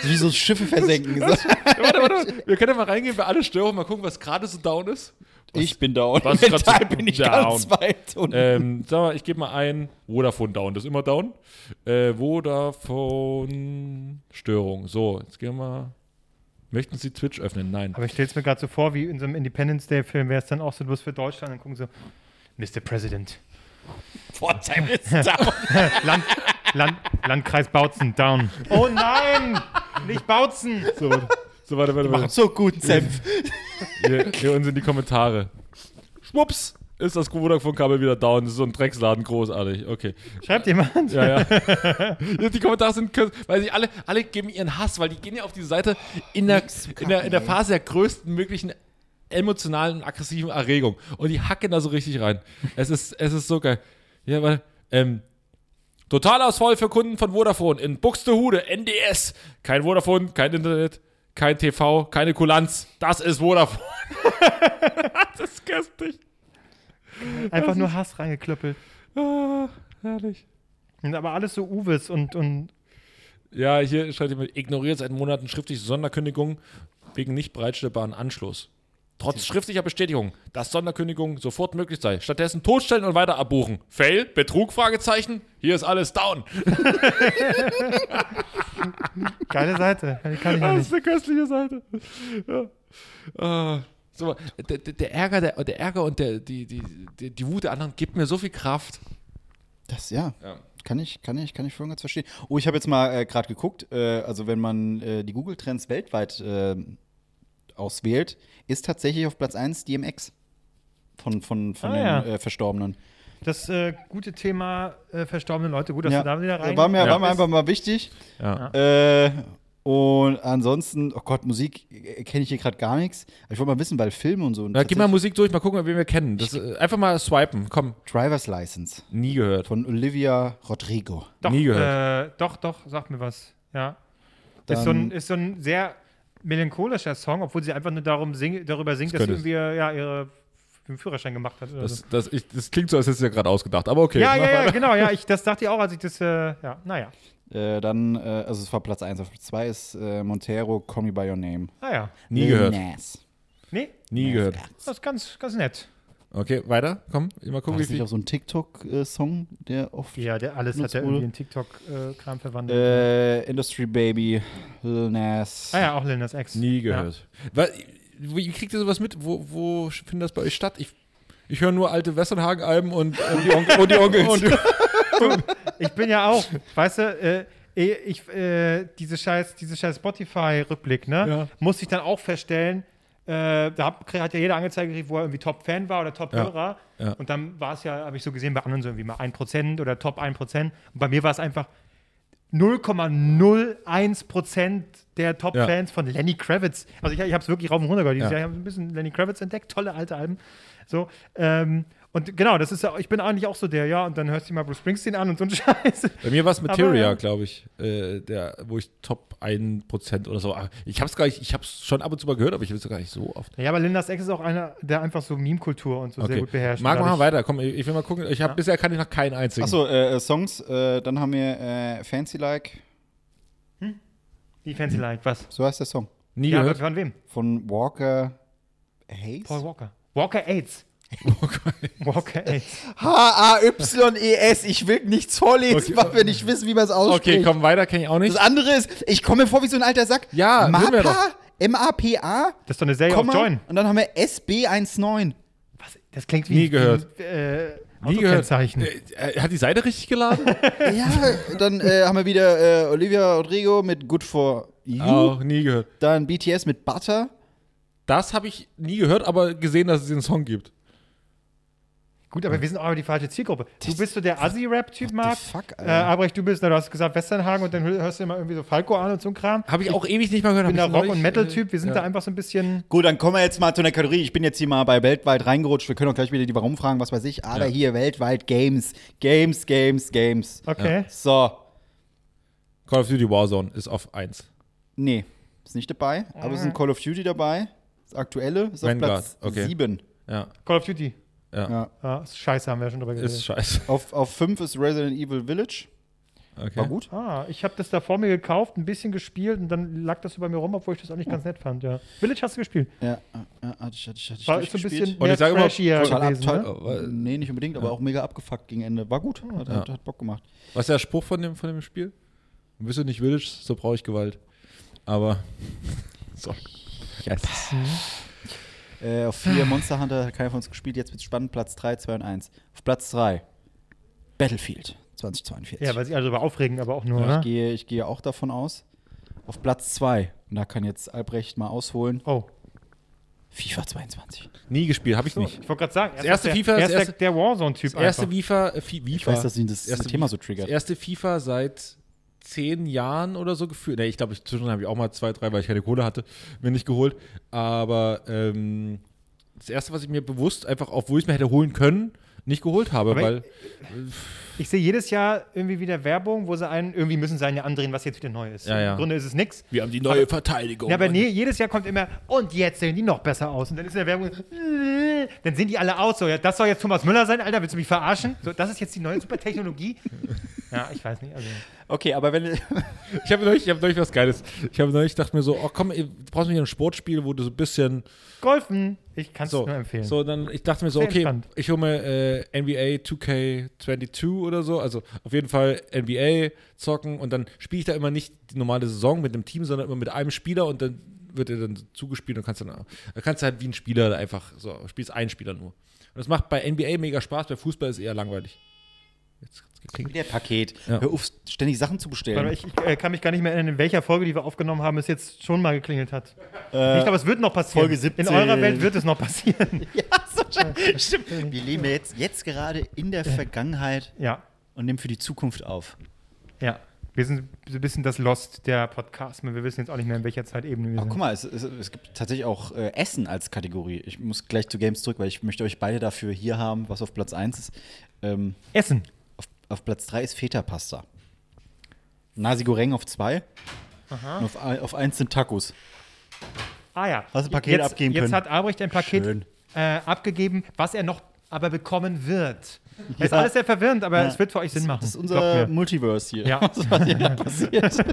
S3: Wie so Schiffe versenken. So.
S2: ja. Warte, warte, wir können ja mal reingehen bei alle Störungen, mal gucken, was gerade so down ist.
S3: Ich bin down.
S2: was ist
S3: Mental
S2: grad so
S3: bin ich
S2: down?
S3: ganz weit unten.
S2: ähm, sag mal, ich gebe mal ein Vodafone down. Das ist immer down. Äh, Vodafone Störung. So, jetzt gehen wir mal. Möchten Sie Twitch öffnen? Nein.
S1: Aber ich stelle es mir gerade so vor, wie in so einem Independence Day-Film wäre es dann auch so bloß für Deutschland. Dann gucken so, Mr. President,
S3: Pforzheim ist down.
S1: Land, Land, Landkreis Bautzen, down. Oh nein, nicht Bautzen.
S2: So, warte, so, warte, warte.
S3: Macht
S2: warte.
S3: so guten Senf.
S2: Hier, hier unten sind die Kommentare. Schwupps, ist das Vodafone-Kabel wieder down. Das ist so ein Drecksladen. Großartig. Okay.
S1: Schreibt jemand?
S2: Ja, ja. Jetzt die Kommentare sind, kürz- weil sie alle, alle geben ihren Hass, weil die gehen ja auf diese Seite in der, in der, in der Phase der größten möglichen emotionalen und aggressiven Erregung. Und die hacken da so richtig rein. Es ist, es ist so geil. Ja, weil, ähm, Totalausfall für Kunden von Vodafone in Buxtehude, NDS. Kein Vodafone, kein Internet, kein TV, keine Kulanz. Das ist Vodafone. das ist köstlich.
S1: Einfach nur Hass reingeklöppelt.
S2: Ah, herrlich.
S1: Sind aber alles so Uwes und, und
S2: Ja, hier schreibt jemand, ignoriert seit Monaten schriftliche Sonderkündigung wegen nicht bereitstellbaren Anschluss. Trotz schriftlicher Bestätigung, dass Sonderkündigung sofort möglich sei. Stattdessen totstellen und weiter abbuchen. Fail? Betrug? Fragezeichen? Hier ist alles down.
S1: geile Seite. Kann ich kann ich noch nicht.
S2: eine köstliche Seite. Ja. Ah, so, der, der, der Ärger, der, der Ärger und der, die, die, die, die Wut der anderen gibt mir so viel Kraft.
S3: Das ja.
S2: Ja.
S3: Kann ich, kann ich, kann ich voll und ganz verstehen. Oh, ich habe jetzt mal äh, gerade geguckt, äh, also wenn man äh, die Google Trends weltweit äh, auswählt, ist tatsächlich auf Platz 1 DMX von, von, von
S1: Ah,
S3: den
S1: ja.
S3: äh, Verstorbenen.
S1: Das äh, gute Thema äh, verstorbene Leute. Gut, dass
S3: ja.
S1: du da wieder rein.
S3: war, mir,
S2: Ja.
S3: war mir einfach mal wichtig.
S2: Ja.
S3: Äh, und ansonsten, oh Gott, Musik äh, kenne ich hier gerade gar nichts. Aber Ich wollte mal wissen, weil Filme und so. und
S2: Na, geh mal
S3: tatsächlich-
S2: Musik durch, mal gucken, wen wir kennen. Das, äh, einfach mal swipen. Komm,
S3: Driver's License
S2: nie gehört.
S3: von Olivia Rodrigo.
S1: doch,
S2: nie
S1: Äh, doch, doch, sag mir was. Ja. Ist
S3: Dann-
S1: so, ein, ist so ein sehr melancholischer Song, obwohl sie einfach nur darum sing, darüber singt,
S2: Das
S1: dass sie
S2: könnte-
S1: irgendwie ja, ihre, ihren Führerschein gemacht hat. Oder so.
S2: Das, das, ich, das klingt so, als hättest du ja gerade ausgedacht. Aber okay.
S1: ja,
S2: mach
S1: ja, ja,
S2: weiter.
S1: genau. Ja, ich, das dachte ich auch, als ich das. Äh, ja, naja.
S3: Äh, dann, äh, also es war Platz 1, auf Platz 2 ist äh, Montero, Call Me By Your Name.
S1: Naja.
S2: Nie
S3: Lil
S2: gehört.
S3: Nas.
S1: Ah Nee,
S2: Nie gehört.
S1: das ist ganz, ganz nett.
S2: Okay, weiter. Komm, mal
S3: War
S2: gucken, wie
S3: das nicht
S2: viel.
S3: auch so ein TikTok-Song, der oft
S1: Ja, der alles hat ja
S3: Nutzbruder.
S1: irgendwie in TikTok-Kram verwandelt.
S3: äh, Industry Baby, Lil Nas.
S1: ah ja, auch Lil Nas X.
S2: Nie gehört. Weil, wie kriegt ihr sowas mit? Wo, wo findet das bei euch statt? Ich, ich höre nur alte Westernhagen-Alben und, und die Onkel. Und die Onkels.
S1: Und- Ich bin ja auch, weißt du, äh, ich, äh, diese scheiß, diese scheiß Spotify-Rückblick, ne?
S2: Ja.
S1: Muss ich dann auch verstellen, äh, da hat, hat ja jeder angezeigt gekriegt, wo er irgendwie Top-Fan war oder Top-Hörer.
S2: Ja.
S1: Und dann war es ja, habe ich so gesehen, bei anderen so irgendwie mal 1% oder Top 1%. Und bei mir war es einfach 0,01% der Top-Fans von Lenny Kravitz. Also ich, ich habe es wirklich rauf und runter gehört. Dieses
S2: Ja.
S1: Jahr habe ich ein bisschen Lenny Kravitz entdeckt, tolle alte Alben. So, ähm, und genau, das ist ja, ich bin eigentlich auch so der, ja, und dann hörst du dir mal Bruce Springsteen an und so ein Scheiß.
S2: Bei mir war es
S1: Aber,
S2: Materia,
S1: ja.
S2: glaube ich, äh, der, wo ich Top 1% oder so. Ah, Ich habe es gar nicht, ich habe es schon ab und zu mal gehört, aber ich habe es gar nicht so oft.
S1: Ja, aber Lindas Ex ist auch einer, der einfach so Meme-Kultur und so sehr
S2: Okay.
S1: gut beherrscht.
S2: Marc, mach mal
S1: Dadurch-
S2: weiter. Komm, ich ich will mal gucken. Ich habe bisher kann ich noch keinen einzigen.
S3: Achso, äh, äh, Songs, äh, dann haben wir äh, Fancy Like,
S1: Die Fancy Like, was?
S3: so heißt der Song.
S2: Nie
S1: Ja,
S2: gehört.
S1: von wem?
S3: Von Walker
S1: Paul
S3: Hayes?
S1: Walker. Walker AIDS. Walker AIDS.
S3: H-A-Y-E-S, ich will nichts vorlesen,
S2: Okay.
S3: weil wir nicht wissen, wie man es
S2: Okay,
S3: ausspricht.
S2: komm, weiter kenne ich auch
S3: Das
S2: nicht.
S3: andere ist, ich komme mir vor wie so ein alter Sack.
S2: Ja, sind wir
S3: MAPA,
S2: doch.
S3: M-A-P-A,
S1: Das ist doch eine Serie
S3: Komma,
S1: auf Join.
S3: und dann haben wir SB19.
S1: Was? Das klingt wie
S2: Nie gehört.
S1: Wie, äh,
S2: Nie gehört.
S1: Autokennzeichen.
S2: Äh, äh, Hat die Seite richtig geladen?
S3: ja, dann äh, haben wir wieder äh, Olivia Rodrigo mit Good For You.
S2: auch nie gehört.
S3: Dann BTS mit Butter.
S2: Das habe ich nie gehört, aber gesehen, dass es den Song gibt.
S1: Gut, aber wir sind auch aber die falsche Zielgruppe. Du bist so der Assi-Rap-Typ, Marc.
S3: fuck,
S1: äh,
S3: Alter?
S1: Albrecht, du bist, na, du hast gesagt Westernhagen und dann hörst du immer irgendwie so Falco an und so ein Kram.
S2: Habe ich auch ewig nicht mal
S1: Ich
S2: gehört.
S1: bin der
S2: hab
S1: Rock-
S2: neulich,
S1: und Metal-Typ. Wir sind
S2: äh,
S1: da einfach so ein bisschen.
S3: Gut, dann kommen wir jetzt mal zu einer Kategorie. Ich bin jetzt hier mal bei weltweit reingerutscht. Wir können auch gleich wieder die Warum-Fragen, was weiß ich. Aber
S2: Ja.
S3: hier weltweit Games. Games, Games, Games.
S1: Okay.
S3: So,
S2: Call of Duty Warzone ist auf 1.
S3: nee, ist nicht dabei. Aber
S1: Mhm.
S3: es ist ein Call of Duty dabei. Das aktuelle ist auf
S2: Vanguard,
S3: Platz
S2: okay.
S3: 7.
S2: Ja,
S1: Call of Duty.
S3: Ja.
S1: Ja, ist scheiße, haben wir ja schon drüber
S2: ist
S1: geredet.
S2: scheiße.
S3: Auf, auf 5 ist Resident Evil Village.
S2: Okay.
S3: War gut.
S1: Ah, ich habe das da vor mir gekauft, ein bisschen gespielt und dann lag das so bei mir rum, obwohl ich das eigentlich
S2: Oh.
S1: ganz nett fand. Ja. Village hast du gespielt.
S3: Ja, ja hatte ich, hatte ich, hatte ich
S1: War so ein
S3: durchgespielt.
S1: bisschen
S2: Und ich sag immer,
S1: trashier
S3: Total ab,
S1: gewesen.
S3: total,
S1: ne?
S2: ne?
S3: Nee, nicht unbedingt, aber auch mega abgefuckt gegen Ende. War gut, hat, hat, hat Bock gemacht.
S2: Was ist der Spruch von dem, von dem Spiel? Bist du nicht Village, so brauche ich Gewalt. Aber. so. Yes.
S3: Äh, auf 4 Monster Hunter hat keiner von uns gespielt, jetzt wird's spannend, Platz 3, 2 und 1. Auf Platz 3 Battlefield 2042.
S1: Ja, weil sich alle darüber aufregen, aber auch nur.
S3: ich,
S1: ne?
S3: gehe, ich gehe auch davon aus. Auf Platz 2, und da kann jetzt Albrecht mal ausholen,
S1: Oh,
S3: FIFA 22.
S2: Nie gespielt, habe ich
S1: so,
S2: nicht.
S1: ich wollte gerade sagen,
S2: Das
S1: erst
S2: erste
S1: der,
S2: FIFA, das
S1: erst der-
S2: erste-
S1: der Warzone-Typ.
S2: Das erste
S1: einfach.
S2: FIFA, äh, Fi- FIFA.
S3: Ich weiß, dass ihn das
S2: erste
S3: Thema so
S2: Das
S3: triggert.
S2: erste FIFA seit zehn Jahren oder so gefühlt. Ne, ich glaube, ich, zwischendrin habe ich auch mal zwei, drei, weil ich keine Kohle hatte, mir nicht geholt. Aber ähm, das erste, was ich mir bewusst einfach, obwohl ich es mir hätte holen können, nicht geholt habe,
S1: Aber
S2: weil
S1: Ich sehe jedes Jahr irgendwie wieder Werbung, wo sie einen, irgendwie müssen sie einen ja andrehen, was jetzt wieder neu ist.
S2: Ja, Oh ja.
S1: Im Grunde ist es nichts.
S2: Wir haben die neue Verteidigung.
S1: Ja, aber nee, jedes Jahr kommt immer, und jetzt sehen die noch besser aus. Und dann ist in der Werbung, dann sehen die alle aus. So, ja, das soll jetzt Thomas Müller sein, Alter, willst du mich verarschen? So, das ist jetzt die neue Supertechnologie. Ja, ich weiß nicht. Also,
S3: Okay, aber wenn.
S2: Ich habe neulich, ich hab neulich was Geiles. Ich habe neulich dachte mir so, oh komm, ey, du brauchst nicht ein Sportspiel, wo du so ein bisschen
S1: Golfen, ich kann es
S2: so,
S1: nur empfehlen.
S2: so dann ich dachte mir so,
S1: Sehr
S2: okay,
S1: entspannt.
S2: ich hole mir äh, NBA 2K22 oder so, also auf jeden Fall NBA zocken und dann spiele ich da immer nicht die normale Saison mit einem Team, sondern immer mit einem Spieler und dann wird er dann zugespielt und kannst dann da kannst du halt wie ein Spieler einfach so spielst einen Spieler nur. Und das macht bei NBA mega Spaß, bei Fußball ist eher langweilig. Jetzt hat's geklingelt.
S3: Der Paket.
S2: Ja.
S3: Hör auf, ständig Sachen zu
S1: Warte mal,
S3: bestellen.
S1: ich ich äh, kann mich gar nicht mehr erinnern, in welcher Folge, die wir aufgenommen haben, es jetzt schon mal geklingelt hat.
S3: Äh,
S2: Äh,
S1: ich glaube, es wird noch passieren.
S3: Folge 17.
S1: In eurer Welt wird es noch passieren.
S3: Ja, so schön. Stimmt. Wir leben ja jetzt, jetzt gerade in der Vergangenheit
S1: ja,
S3: und nehmen für die Zukunft auf.
S1: ja. Wir sind so ein bisschen das Lost der Podcast, wir wissen jetzt auch nicht mehr, in welcher Zeitebene wir
S3: Aber
S1: sind.
S3: guck mal, es, es, es gibt tatsächlich auch äh, Essen als Kategorie. Ich muss gleich zu Games zurück, weil ich möchte euch beide dafür hier haben, was auf Platz 1 ist. Ähm,
S1: Essen.
S3: auf, auf Platz 3 ist Feta-Pasta. Nasi Goreng auf 2. Und auf, ei- auf 1 sind Tacos.
S1: Ah ja.
S3: Hast du ein Paket
S1: jetzt,
S3: abgeben
S1: Jetzt
S3: können.
S1: hat Albrecht ein Paket
S3: Schön.
S1: äh, abgegeben, was er noch aber bekommen wird. Das ist
S3: Ja.
S1: alles sehr verwirrend, aber
S3: Ja.
S1: es wird für euch Sinn machen.
S3: Das ist
S1: Glaubt
S3: unser
S1: mir.
S3: Multiverse hier.
S1: Ja.
S3: Was hier gerade passiert.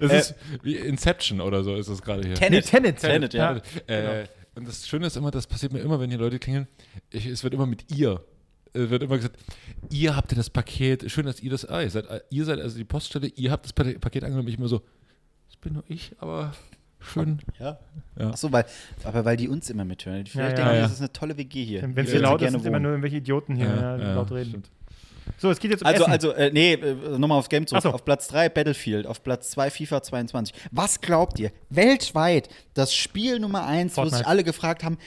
S2: Das
S3: Äh,
S2: ist wie Inception oder so ist das gerade hier.
S1: Nee, Tenet.
S3: Tenet, ja.
S1: ja.
S2: Äh, Und das Schöne ist immer, das passiert mir immer, wenn hier Leute klingeln, ich, es wird immer mit ihr. Es wird immer gesagt, ihr habt ja das Paket, schön, dass ihr das, ah, ihr seid, ihr seid also die Poststelle, ihr habt das Pa- Paket angenommen. Ich immer so, das bin nur ich, aber schön.
S3: Ja.
S2: Ja.
S3: Ach so, weil, aber weil die uns immer mithören. Vielleicht
S1: ja,
S3: denken die,
S2: ja.
S3: das ist eine tolle WG hier.
S1: Wenn es
S3: Die
S1: hier
S3: würden sie
S1: laut ist,
S3: gerne
S1: sind immer
S3: wohnen.
S1: nur irgendwelche Idioten hier ja,
S2: Ja, ja,
S1: laut reden.
S2: stimmt.
S1: So, es geht jetzt um
S3: Also,
S1: Essen.
S3: also, äh, nee, äh, nochmal auf Game zurück.
S1: Ach so.
S3: Auf Platz 3 Battlefield, auf Platz 2 FIFA 22. Was glaubt ihr? Weltweit das Spiel Nummer 1, wo sich
S1: Fortnite.
S3: alle gefragt haben,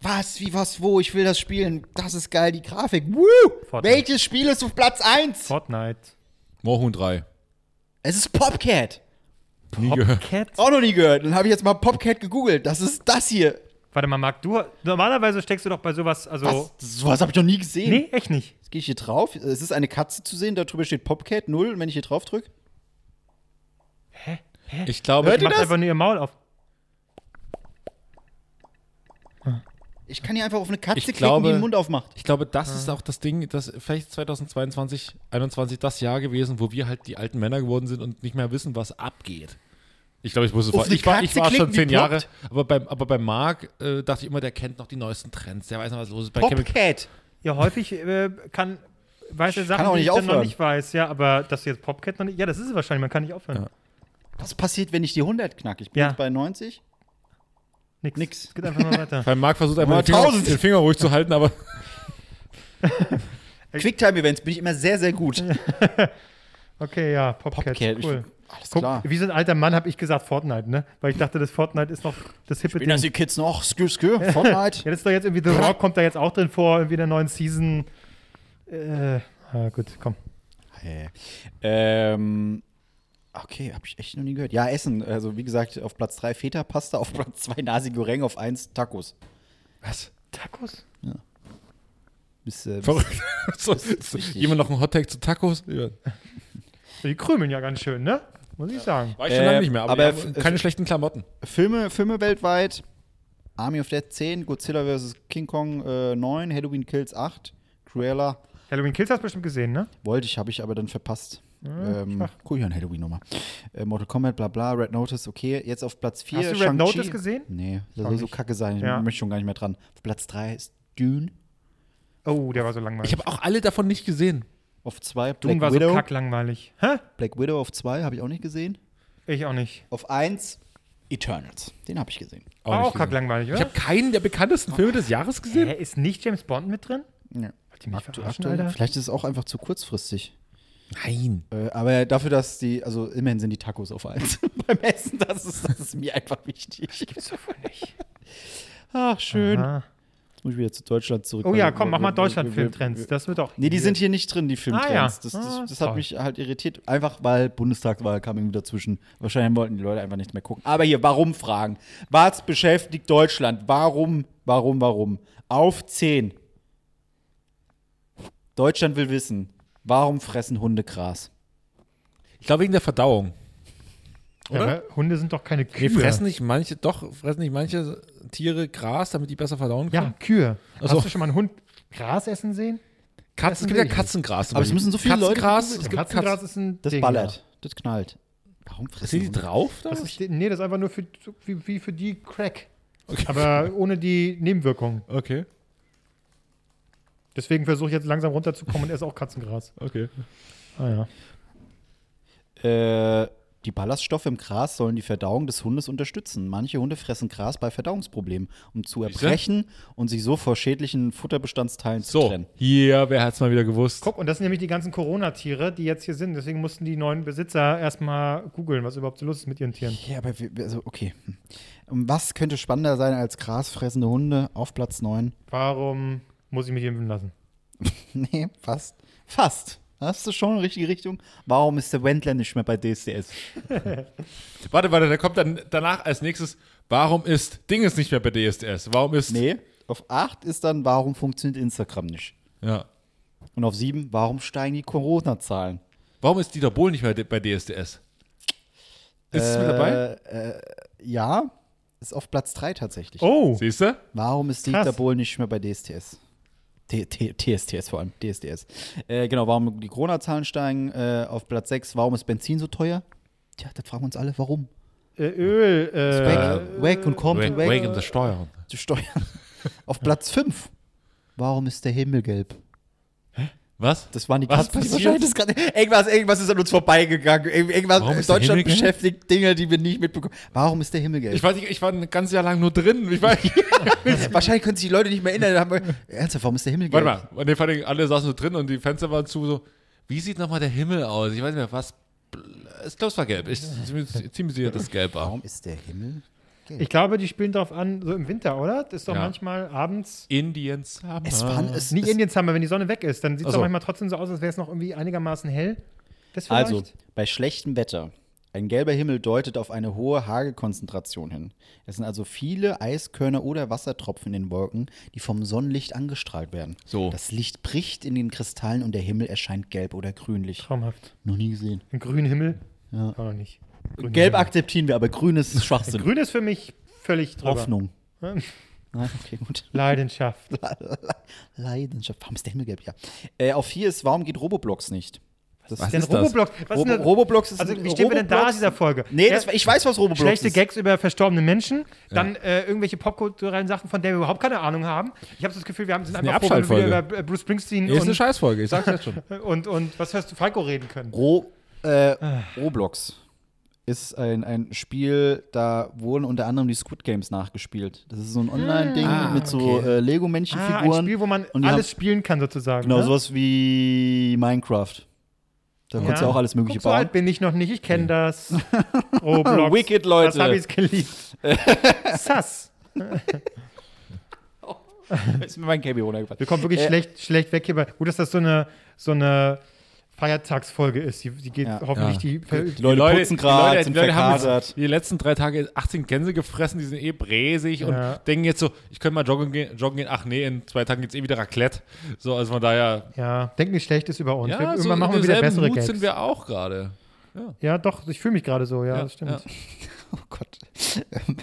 S3: was, wie, was, wo, ich will das spielen. Das ist geil, die Grafik. Woo!
S1: Fortnite.
S3: Welches Spiel ist auf Platz 1?
S1: Fortnite.
S2: Moorhuhn 3.
S3: Es ist Popcat.
S2: Nie gehört.
S1: Cat.
S3: Auch noch nie gehört. Dann habe ich jetzt mal Popcat gegoogelt. Das ist das hier.
S1: Warte mal, Marc, du normalerweise steckst du doch bei sowas, also
S3: Was? Sowas habe ich noch nie gesehen.
S1: Nee, echt nicht.
S3: Jetzt gehe ich hier drauf. Es ist eine Katze zu sehen. Da drüber steht Popcat 0. Und wenn ich hier drauf drücke.
S2: Ich glaube,
S3: Hört ihr
S1: Macht
S3: das?
S1: einfach nur ihr Maul auf.
S3: Ich kann hier einfach auf eine Katze
S2: Ich
S3: klicken,
S2: glaube-
S3: die den Mund aufmacht.
S2: Ich glaube, das ist auch das Ding, dass vielleicht 2022, 21 das Jahr gewesen, wo wir halt die alten Männer geworden sind und nicht mehr wissen, was abgeht. Ich glaube, ich wusste
S3: Auf
S2: vor,
S3: eine
S2: ich war, ich
S3: Katze
S2: war schon
S3: klicken, die
S2: zehn Jahre,
S3: ploppt.
S2: aber beim, aber beim Marc äh, dachte ich immer, der kennt noch die neuesten Trends, der weiß noch, was los ist. Bei Kevin,
S3: Popcat.
S1: Ja, häufig äh, kann weiß er Sachen,
S3: auch
S1: die
S3: nicht
S1: ich dann noch
S3: aufhören.
S1: nicht weiß. Ja, aber dass du jetzt Popcat noch nicht. Ja, das ist es wahrscheinlich, man kann nicht aufhören.
S2: Ja.
S3: Was passiert, wenn ich die 100 knacke? Ich bin
S1: Ja.
S3: jetzt bei 90.
S1: Nix.
S3: Nix.
S1: Es geht einfach mal weiter.
S2: beim Marc versucht einfach den Finger,
S3: 1000.
S2: den Finger ruhig zu halten, aber
S3: Quicktime-Events bin ich immer sehr, sehr gut.
S1: Okay, ja, Popcat.
S3: Popcat, ich-
S1: cool.
S3: Alles
S1: Guck,
S3: klar.
S1: wie so ein alter Mann habe ich gesagt Fortnite, ne? Weil ich dachte, das Fortnite ist noch das hippe
S3: Bin das die Kids noch? Skü, skü, Fortnite.
S1: Ja, das ist doch jetzt irgendwie The Rock kommt da jetzt auch drin vor, irgendwie in der neuen Season. Äh, ah, gut, komm.
S3: Hey. Ähm, okay, habe ich echt noch nie gehört. Ja, Essen. Also, wie gesagt, auf Platz 3 Feta-Pasta, auf Platz 2 Nasi Goreng, auf 1 Tacos.
S2: was?
S1: Tacos?
S3: Bis, äh, bis
S2: Verrückt. so, so,
S3: richtig.
S2: jemand noch ein Hottag zu Tacos? Ja.
S1: Die krümeln ja ganz schön, ne? Muss ich sagen.
S2: War
S3: ich schon lange nicht mehr, aber
S2: Äh, aber,
S3: ich hab
S2: keine schlechten Klamotten.
S3: Filme, Filme weltweit. Army of Dead 10, Godzilla vs. King Kong äh, 9, Halloween Kills 8, Cruella
S1: Halloween Kills hast du bestimmt gesehen, ne?
S3: Wollte ich, habe ich aber dann verpasst.
S1: Hm,
S3: ähm, guck ich an Halloween nochmal. Äh, Mortal Kombat, bla bla, Red Notice, okay. Jetzt auf Platz 4.
S1: Hast du Red Notice gesehen?
S3: Nee, das
S1: Auch
S3: soll so
S1: nicht.
S3: kacke sein. Ich
S1: Ja.
S3: möchte schon gar nicht mehr dran. Auf Platz 3 ist Dune.
S1: Oh, der war so langweilig.
S2: Ich habe auch alle davon nicht gesehen.
S3: Auf 2
S1: Dune
S3: Black
S1: war
S3: Widow.
S1: so kacklangweilig. Hä?
S3: Black Widow auf 2 habe ich auch nicht gesehen.
S1: Ich auch nicht.
S3: Auf 1 Eternals. Den habe ich gesehen.
S1: War
S2: nicht
S1: auch
S2: gesehen.
S1: kacklangweilig,
S2: Ich
S1: oder?
S2: habe keinen der bekanntesten Filme des Jahres gesehen.
S1: Hä, ist nicht James Bond mit drin?
S3: Ja.
S1: Wollt ihr mich
S3: Aktu-
S1: verarschen,
S3: aktuell-
S1: Alter?
S3: Vielleicht ist es auch einfach zu kurzfristig.
S2: Nein.
S3: Äh, aber dafür, dass die, also immerhin sind die Tacos auf 1 beim Essen. Das ist, das ist mir einfach wichtig.
S1: Gibt's doch wohl nicht.
S3: Ach, schön.
S1: Ah.
S3: Jetzt muss ich wieder zu Deutschland zurück.
S1: Oh ja,
S3: weil-
S2: Also,
S1: komm, mach
S3: weil-
S1: mal
S3: weil- weil-
S1: Deutschland-Filmtrends. Das wird doch.
S3: Nee, die sind hier nicht drin, die Filmtrends.
S1: Ah, ja.
S3: Das, das,
S1: Ah,
S3: das,
S1: ist
S3: hat
S1: toll.
S3: mich halt irritiert. Einfach weil Bundestagswahl kam irgendwie dazwischen. Wahrscheinlich wollten die Leute einfach nichts mehr gucken. Aber hier, warum fragen? Was beschäftigt Deutschland? Warum, warum, warum? Auf 10. Deutschland will wissen. Warum fressen Hunde Gras?
S2: Ich glaube wegen der Verdauung.
S1: Ja,
S2: Oder?
S1: aber Hunde sind doch keine Kühe.
S2: Nee, fressen nicht manche, doch, fressen nicht manche Tiere Gras, damit die besser verdauen können?
S1: ja, Kühe.
S2: Also-
S1: Hast du schon mal einen Hund Gras essen sehen?
S2: Katzen, es gibt ja Katzengras. zum
S3: Aber es
S2: Beispiel.
S3: müssen so viele Leute-
S2: Katzengras, es gibt
S1: Katzengras
S2: Katzen.
S1: ist ein
S3: Das
S1: Ding,
S3: ballert.
S1: ja.
S3: Das knallt. Warum fressen
S2: Sind die
S3: Hunde?
S2: drauf da?
S1: Das ist, nee, das ist einfach nur für, wie, wie für die Crack. Aber ohne die Nebenwirkungen.
S2: Okay,
S1: Deswegen versuche ich jetzt langsam runterzukommen und esse auch Katzengras.
S2: okay.
S1: Ah, ja.
S3: Äh, die Ballaststoffe im Gras sollen die Verdauung des Hundes unterstützen. Manche Hunde fressen Gras bei Verdauungsproblemen, um zu
S2: Siehste?
S3: erbrechen und sich so vor schädlichen Futterbestandsteilen zu
S2: So,
S3: trennen.
S2: hier, wer hat's mal wieder gewusst?
S1: Guck, und das sind nämlich die ganzen Corona-Tiere, die jetzt hier sind. Deswegen mussten die neuen Besitzer erstmal googeln, was überhaupt so los ist mit ihren Tieren.
S3: Ja, aber wir- wir- also, okay. Und Was könnte spannender sein als grasfressende Hunde auf Platz 9?
S1: Warum muss ich mich impfen lassen?
S3: Nee, fast. Fast. Hast du schon in die richtige Richtung? Warum ist der Wendler nicht mehr bei DSDS?
S2: Warte, warte, da kommt dann danach als nächstes, warum ist Dinges nicht mehr bei DSDS? Warum ist.
S3: Nee. Auf 8 ist dann, warum funktioniert Instagram nicht?
S2: Ja.
S3: Und auf 7, warum steigen die Corona-Zahlen?
S2: Warum ist Dieter Bohlen nicht mehr bei DSDS? Ist es mit dabei?
S3: Ja, ist auf Platz 3 tatsächlich.
S1: Oh!
S2: Siehst du?
S3: Warum ist Dieter
S1: Krass.
S3: Bohl nicht mehr bei DSTS? T T TSTS vor allem, DSTS. Äh, genau, warum die Corona-Zahlen steigen äh, auf Platz 6, warum ist Benzin so teuer? Tja, das fragen wir uns alle, warum?
S1: Äh, Öl. Äh,
S3: Weg, weg und kommt und weg,
S2: Wegen der Steuern.
S3: zu steuern. auf Platz 5, warum ist der Himmel gelb?
S2: Was?
S3: Das waren die
S2: Was
S3: Katzen, die
S2: passiert?
S3: wahrscheinlich das gerade- Irgendwas, irgendwas ist an uns vorbeigegangen. Irgend- Irgendwas,
S2: Warum ist der
S3: Deutschland
S2: Himmel gelb?
S3: beschäftigt Dinge, die wir nicht mitbekommen. Warum ist der Himmel gelb?
S2: Ich weiß nicht, ich war ein ganzes Jahr lang nur drin. Ich war,
S3: wahrscheinlich können sich die Leute nicht mehr erinnern. da Haben wir, ernsthaft, warum ist der Himmel gelb?
S2: warte mal, und vor allem alle saßen so drin und die Fenster waren zu so, wie sieht nochmal der Himmel aus? Ich weiß nicht mehr, was, ich glaube es war gelb. Ich bin mir ziemlich sicher, dass es gelb war.
S3: Warum ist der Himmel gelb?
S1: ich glaube, die spielen drauf an, so im Winter, oder? Das ist doch
S2: Ja.
S1: manchmal abends.
S2: Indian Summer.
S3: Es waren es
S1: Ah. Nicht
S3: es-
S1: Indian Summer, wenn die Sonne weg ist, dann sieht es
S2: Also.
S1: doch manchmal trotzdem so aus, als wäre es noch irgendwie einigermaßen hell. Das vielleicht?
S3: Also, bei schlechtem Wetter. Ein gelber Himmel deutet auf eine hohe Hagelkonzentration hin. Es sind also viele Eiskörner oder Wassertropfen in den Wolken, die vom Sonnenlicht angestrahlt werden.
S2: So.
S3: Das Licht bricht in den Kristallen und der Himmel erscheint gelb oder grünlich.
S1: Traumhaft.
S3: Noch nie gesehen.
S1: Im grünen Himmel? Ja. Auch noch nicht. Grünen
S3: Gelb
S1: Himmel.
S3: akzeptieren wir, aber grün ist Schwachsinn.
S1: Grün ist für mich völlig drüber.
S3: Hoffnung.
S1: Hm.
S3: Nein, okay, gut.
S1: Leidenschaft.
S3: Leidenschaft. Warum ist der Himmel gelb? Ja. Äh, auf vier ist, warum geht Roboblox nicht? Das
S2: Was
S1: Denn
S2: ist das?
S1: Roboblox, was
S3: Robo-
S1: ist denn-
S3: Roboblox ist
S1: Also,
S3: ein-
S1: wie stehen wir denn da
S3: Roboblox-
S1: in dieser Folge?
S3: Nee,
S1: Erst-
S3: das, ich weiß, was Roboblox
S1: Schlechte
S3: ist.
S1: Gags über verstorbene Menschen, dann äh, irgendwelche popkulturellen Sachen, von denen wir überhaupt keine Ahnung haben. Ich habe das Gefühl, wir haben, sind
S2: eine
S1: einfach froh, wenn wir wieder
S2: Abschaltfolge.
S1: über äh, Bruce Springsteen
S2: Ist eine
S1: und,
S2: Scheißfolge, ich sag's jetzt schon.
S1: und, und was hörst du, Falco reden können.
S3: Ro äh, Roblox ist ein, ein Spiel, da wurden unter anderem die Squid Games nachgespielt. Das ist so ein Online-Ding
S2: Ah,
S3: mit so
S2: okay.
S3: äh,
S1: Ah,
S3: Lego-Männchen-Figuren.
S1: ein Spiel, wo man
S3: Und die
S1: alles
S3: haben-
S1: spielen kann, sozusagen.
S3: genau,
S1: ne?
S3: sowas wie Minecraft. Da konntest du auch alles Mögliche
S1: Guck, So
S3: bauen.
S1: alt bin ich noch nicht, ich kenne das. Roblox.
S3: Wicked, Leute.
S1: Das habe ich geliebt. Sass.
S3: ist mir mein Cabby runtergefallen.
S1: Wir kommen wirklich
S3: Äh.
S1: schlecht, schlecht weg hier. bei- Gut, dass das so eine, so eine Feiertagsfolge ist. Die, die geht
S3: Ja.
S1: hoffentlich
S2: Ja.
S1: die.
S3: Die Leute, putzen gerade, sind
S2: haben
S3: verkadert.
S2: jetzt die letzten drei Tage 18 Gänse gefressen, die sind eh bräsig
S1: Ja.
S2: und denken jetzt so, ich könnte mal joggen gehen, joggen gehen. Ach nee, in zwei Tagen geht's eh wieder Raclette. So, also von daher,
S1: Ja, denk nicht Schlechtes über uns. wir,
S2: ja,
S1: irgendwann
S2: so
S1: machen
S2: in
S1: wir wieder
S2: demselben
S1: bessere
S2: Mut
S1: Gags.
S2: sind wir auch gerade.
S1: Ja, doch, ich fühle mich gerade so, ja, das stimmt.
S2: ja.
S3: Oh Gott. Ähm,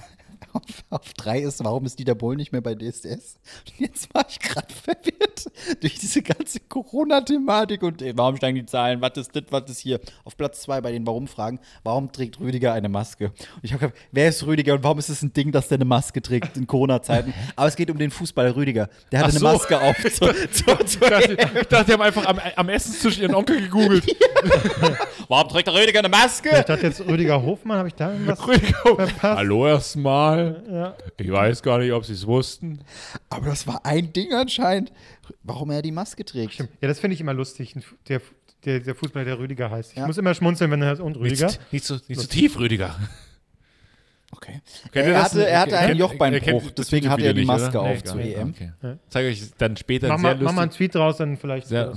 S3: auf- Auf drei ist, warum ist Dieter Bohl nicht mehr bei DSDS? Und Jetzt war ich gerade verwirrt durch diese ganze Corona-Thematik und äh, warum steigen die Zahlen? Was ist das? Was ist hier? Auf Platz zwei bei den Warum-Fragen, warum trägt Rüdiger eine Maske? Und ich habe gefragt, wer ist Rüdiger und warum ist es ein Ding, dass der eine Maske trägt in Corona-Zeiten? Aber es geht um den Fußballer Rüdiger. Der hatte
S2: Ach
S3: eine
S2: so.
S3: Maske auf. Zur, zur,
S2: Ich
S3: zur
S2: dachte, ich dachte, die haben einfach am, am Essenstisch ihren Onkel gegoogelt.
S3: warum trägt der Rüdiger eine Maske?
S1: Ich dachte jetzt Rüdiger Hofmann, habe ich da irgendwas? Verpasst.
S2: Hallo erstmal. Ich weiß gar nicht, ob sie es wussten.
S3: Aber das war ein Ding anscheinend, warum er die Maske trägt.
S1: Stimmt. Ja, das finde ich immer lustig, ein Fu- der, der, der Fußballer, der Rüdiger heißt. Ich
S3: Ja.
S1: muss immer schmunzeln, wenn er heißt, und Rüdiger.
S2: Nicht zu, nicht zu tief, Rüdiger.
S3: Okay.
S2: Kennt ihr
S3: er,
S2: das?
S3: hatte, er hatte
S2: Kennt-
S3: einen
S2: kennt-
S3: Jochbeinbruch,
S2: kennt das
S3: deswegen
S2: YouTube
S3: hatte er die
S2: Video nicht,
S3: Maske
S2: oder?
S3: auf E
S2: Nee,
S3: zur
S2: gar nicht.
S3: EM.
S2: Okay. Zeige euch dann später
S1: Mach
S2: sehr
S1: mal, mach
S2: lustig.
S1: mal einen Tweet raus, dann vielleicht. äh,
S2: sehr,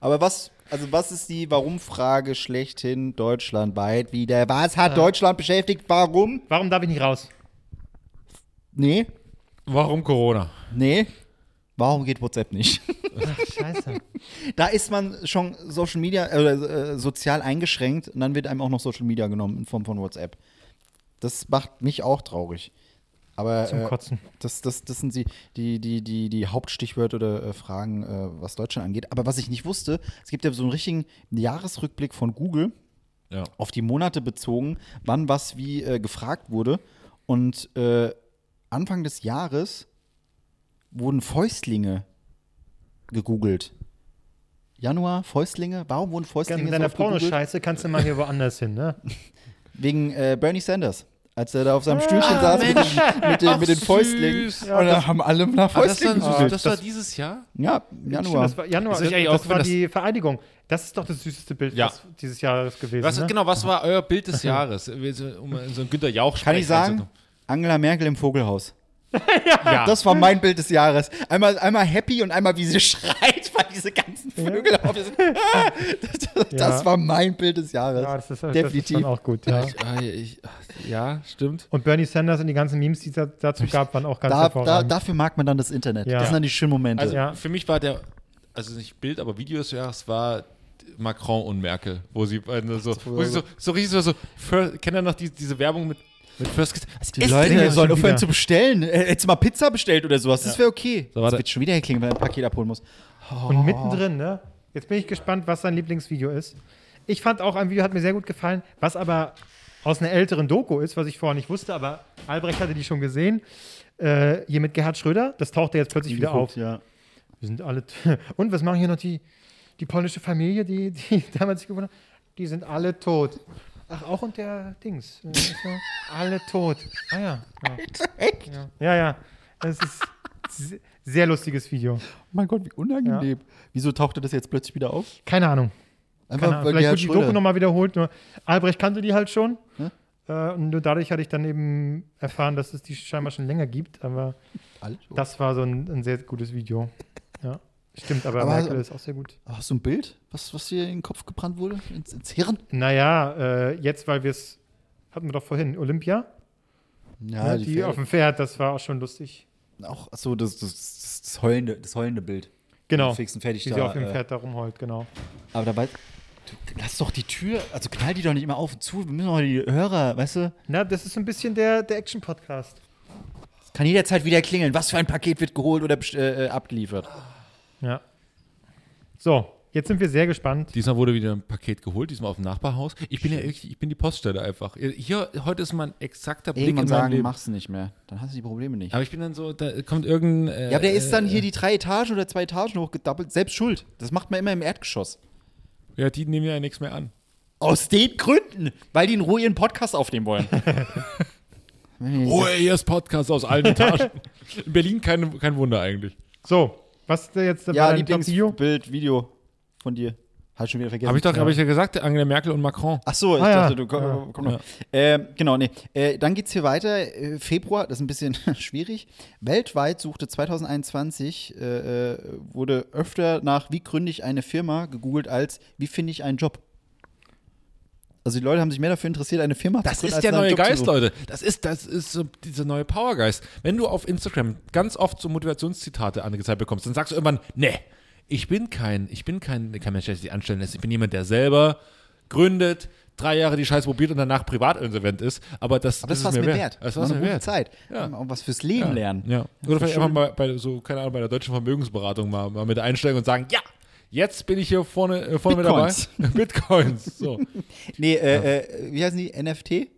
S3: Aber was, also was ist die Warum-Frage schlechthin deutschlandweit wieder? Was hat Deutschland beschäftigt? Warum?
S1: Warum darf ich nicht raus?
S3: Nee,
S2: warum Corona?
S3: nee. Warum geht WhatsApp nicht?
S1: Ach, scheiße.
S3: Da ist man schon Social Media äh, äh, sozial eingeschränkt und dann wird einem auch noch Social Media genommen in Form von WhatsApp. Das macht mich auch traurig. Aber
S1: Zum
S3: äh,
S1: Kotzen.
S3: das, das, das sind die, die, die, die, die Hauptstichwörter oder äh, Fragen, äh, was Deutschland angeht. Aber was ich nicht wusste, es gibt ja so einen richtigen Jahresrückblick von Google
S2: Ja.
S3: auf die Monate bezogen, wann was wie äh, gefragt wurde. Und äh, Anfang des Jahres wurden Fäustlinge gegoogelt. Januar, Fäustlinge? Warum wurden Fäustlinge
S1: Mit
S3: so
S1: deiner
S3: oft gegoogelt?
S1: Pornoscheiße kannst du mal hier woanders hin, ne?
S3: Wegen äh, Bernie Sanders. Als er da auf seinem Stühlchen saß mit, den- mit, den, mit den
S2: Ah, Ach,
S3: Fäustlingen.
S2: süß.
S3: und dann haben alle nach
S2: Ah, das,
S3: Fäustlingen
S2: dann,
S3: gesucht.
S2: das war dieses Jahr?
S3: Ja, im
S1: Stimmt,
S3: Januar.
S1: das war Januar.
S2: Ist
S1: Das,
S2: das-
S1: ey,
S2: das-
S1: das war
S2: das-
S1: die Vereidigung. Das ist doch das süßeste Bild,
S2: Ja.
S1: was dieses Jahres gewesen
S2: Was,
S1: ne?
S2: Genau, was war euer Bild des Jahres? Wir sind- Um in so einen Günter Jauch
S3: Kann ich
S2: sprechen,
S3: sagen, Angela Merkel im Vogelhaus.
S2: also- Ja.
S3: Das war mein Bild des Jahres. Einmal, einmal happy und einmal, wie sie schreit, weil diese ganzen Vögel auf ihr sind. Das, das,
S1: Ja.
S3: war mein Bild des
S2: genau
S3: Jahres.
S1: Ja, das ist, das ist
S3: Definitiv.
S1: schon auch gut, ja.
S2: Ah, ich, ach, ja, stimmt.
S1: Und Bernie Sanders und die ganzen Memes, die es da- dazu gab, waren auch ganz
S3: da, da,
S1: hervorragend.
S3: dafür mag man dann das Internet.
S1: Ja.
S3: Das sind dann die schönen Momente.
S2: Also
S1: Ja.
S2: für mich war der, also nicht Bild, aber Video des Jahres war Macron und Merkel, wo sie beide so, wo sie so, so richtig so, so first, kennt ihr noch die, diese Werbung mit, mit First Kiss? Was
S3: Also die
S2: ist
S3: Leute
S2: denn
S1: klingelt
S3: sollen
S1: schon
S3: aufhören
S1: wieder.
S3: zu bestellen. Äh, Hättest du mal Pizza bestellt oder sowas, das wäre okay.
S2: So,
S3: das
S2: warte.
S3: wird schon wieder geklingelt, wenn er ein Paket abholen muss.
S1: Und mittendrin, ne? Jetzt bin ich gespannt, was sein Lieblingsvideo ist. Ich fand auch ein Video, hat mir sehr gut gefallen, was aber aus einer älteren Doku ist, was ich vorher nicht wusste, aber Albrecht hatte die schon gesehen. Äh, hier mit Gerhard Schröder, das tauchte jetzt plötzlich wieder auf.
S3: Ja.
S1: Wir sind alle. Und was machen hier noch die, die polnische Familie, die, die damals sich gewonnen hat? Die sind alle tot. Ach, auch und der Dings. äh, ist ja alle tot. Ah ja. Ja, ja. ja. ja. Es ist se- sehr lustiges Video.
S3: Oh mein Gott, wie unangenehm. Wieso tauchte das jetzt plötzlich wieder auf?
S1: Keine Ahnung.
S3: Einfach
S1: Keine Ahnung. Vielleicht
S3: Gerhard
S1: wurde die
S3: Schröder-
S1: Doku nochmal wiederholt. Nur Albrecht kannte die halt schon.
S3: Hm?
S1: Äh, und nur dadurch hatte ich dann eben erfahren, dass es die scheinbar schon länger gibt. Aber
S3: Alles?
S1: das war so ein, ein sehr gutes Video. Ja. Stimmt, aber,
S3: Aber-
S1: Merkel ist auch sehr gut.
S3: Hast du ein Bild, was, was dir in den Kopf gebrannt wurde? Ins, ins Hirn?
S1: Naja, äh, jetzt, weil wir es hatten wir doch vorhin, Olympia,
S3: Ja,
S1: ne, die, auf dem Pferd, das war auch schon lustig.
S3: Auch so das, das, das, heulende, das heulende Bild.
S1: Genau,
S3: Fixen fertig
S1: die
S3: da.
S1: sie auf dem
S3: äh,
S1: Pferd da rumheult, genau.
S3: Aber dabei, du, lass doch die Tür, also knall die doch nicht immer auf und zu. Wir müssen doch die Hörer, weißt du,
S1: Na, das ist so ein bisschen der, der Action-Podcast.
S3: es kann jederzeit wieder klingeln. Was für ein Paket wird geholt oder best- äh, äh, abgeliefert?
S1: Ah, Ja. So, jetzt sind wir sehr gespannt.
S2: Diesmal wurde wieder ein Paket geholt, diesmal auf dem Nachbarhaus. Ich bin ja irgendwie, ich bin die Poststelle einfach. Hier, heute ist mein exakter Blick
S3: Irgendwann
S2: in mein
S3: sagen,
S2: Leben.
S3: mach's nicht mehr. Dann hast du die Probleme nicht.
S2: Aber ich bin dann so, da kommt irgendein. äh,
S3: ja, aber der ist dann
S2: äh,
S3: hier die drei Etagen oder zwei Etagen hochgedappelt. Selbst schuld. Das macht man immer im Erdgeschoss.
S2: Ja, die nehmen ja nichts mehr an.
S3: Aus den Gründen, weil die in Ruhe ihren Podcast aufnehmen wollen.
S2: Oh, ey, hier ist Podcast aus allen Etagen. In Berlin kein, kein Wunder eigentlich.
S1: So, was ist denn jetzt
S3: ja,
S1: dein Top-Video?
S3: Lieblingsbild, Video von dir. Hab ich schon wieder vergessen.
S2: Habe ich doch, hab ich ja gesagt, Angela Merkel und Macron.
S3: Ach so, ich
S1: Ah, ja.
S3: dachte, du komm,
S1: Ja.
S3: komm noch. Ähm, genau, nee. Äh, dann geht's hier weiter. Äh, Februar, das ist ein bisschen schwierig. Weltweit suchte 2021, äh, äh, wurde öfter nach wie gründe ich eine Firma gegoogelt als wie finde ich einen Job. Also die Leute haben sich mehr dafür interessiert, eine Firma zu
S2: Das
S3: gründen,
S2: ist
S3: als
S2: der
S3: nach einem
S2: neue
S3: Job zu
S2: Geist,
S3: suchen.
S2: Leute. Das ist, das ist so dieser neue Powergeist. Wenn du auf Instagram ganz oft so Motivationszitate angezeigt bekommst, dann sagst du irgendwann, nee, ich bin kein, ich bin kein, kein Mensch, der sich anstellen lässt. Ich bin jemand, der selber gründet, drei Jahre die Scheiße probiert und danach privat insolvent ist. Aber das,
S3: Aber das war's mir wert.
S2: Das war's mir
S3: War eine gute
S2: wert.
S3: Zeit.
S2: Ja.
S3: Auch was fürs Leben
S2: Ja.
S3: lernen.
S2: Ja. Oder vielleicht
S3: schön.
S2: einfach mal bei so, keine Ahnung, bei der deutschen Vermögensberatung mal, mal mit einsteigen und sagen, ja, jetzt bin ich hier vorne, äh, vorne mit dabei.
S3: Bitcoins.
S2: Bitcoins. So.
S3: Nee, äh, äh, wie heißen die? NFT?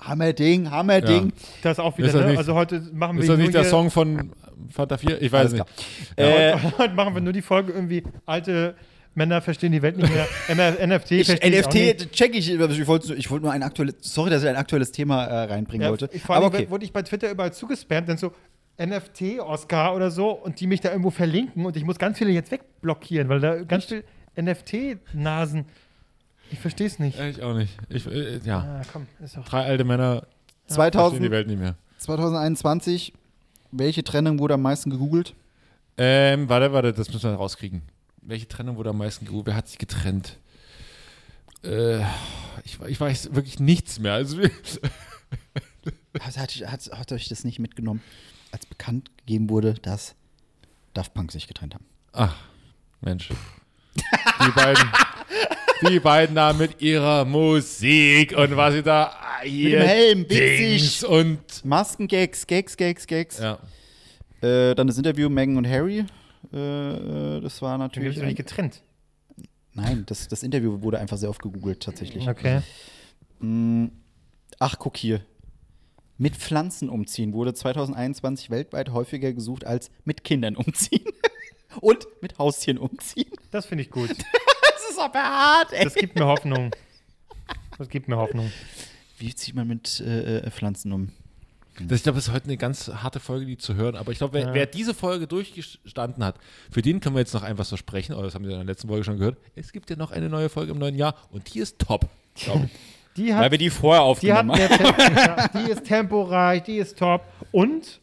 S3: Hammerding, Hammerding.
S1: Das auch wieder,
S2: Ist das
S1: ne?
S2: nicht-
S1: also heute machen wir
S2: Ist das
S1: nur
S2: nicht der
S1: hier-
S2: Song von Fanta 4? Ich weiß
S3: Alles
S2: nicht.
S3: klar.
S1: Heute,
S3: Äh,
S1: heute machen wir nur die Folge irgendwie, alte Männer verstehen die Welt nicht mehr. MR, NFT
S3: Ich,
S1: verstehe ich auch nicht.
S3: NFT check ich. Ich wollte ich wollte nur ein aktuelles. Sorry, dass ich ein aktuelles Thema äh, reinbringen wollte.
S1: Ich, vor
S3: Aber
S1: allem
S3: okay.
S1: wurde ich bei Twitter überall zugespammt, dann so NFT Oscar oder so und die mich da irgendwo verlinken und ich muss ganz viele jetzt wegblockieren, weil da ganz viel NFT Nasen. Ich verstehe es nicht.
S2: Äh, Ich auch nicht. Ich, äh, ja.
S1: Ah, komm, ist auch.
S2: Drei alte Männer verstehen die
S3: 2000,
S2: Welt nicht mehr.
S3: 2021. Welche Trennung wurde am meisten gegoogelt?
S2: Ähm, warte, warte, das müssen wir rauskriegen. Welche Trennung wurde am meisten gerufen? Wer hat sich getrennt? Äh, ich, ich weiß wirklich nichts mehr. Also,
S3: Hat, hat, hat, hat euch das nicht mitgenommen? als bekannt gegeben wurde, dass Daft Punk sich getrennt haben.
S2: Ach, Mensch. Die beiden, die beiden da mit ihrer Musik und was sie da ah, hier
S3: dem Helm,
S2: Dings
S3: witzig.
S2: und
S3: Maskengags, Gags, Gags, Gags.
S2: ja.
S3: Äh, dann das Interview Meghan und Harry. Äh, das
S1: Wir
S3: war
S1: haben
S3: natürlich.
S1: doch nicht getrennt.
S3: Nein, das, das Interview wurde einfach sehr oft gegoogelt, tatsächlich. Mm,
S1: Okay.
S3: Ach, guck hier. Mit Pflanzen umziehen wurde 2021 weltweit häufiger gesucht als mit Kindern umziehen. Und mit Haustieren umziehen.
S1: Das finde ich gut.
S3: Das ist aber hart, ey.
S1: Das gibt mir Hoffnung. Das gibt mir Hoffnung.
S3: Wie zieht man mit äh, äh, Pflanzen um?
S2: Das, ich glaube, das ist heute eine ganz harte Folge, die zu hören. Aber ich glaube, wer,
S1: Ja.
S2: wer diese Folge durchgestanden hat, für den können wir jetzt noch einfach so sprechen. Oh, das haben wir in der letzten Folge schon gehört. Es gibt ja noch eine neue Folge im neuen Jahr und die ist top. glaub ich.
S1: Die hat,
S3: die vorher
S1: die hat mehr Tem- ja, Die ist temporeich, die ist top. Und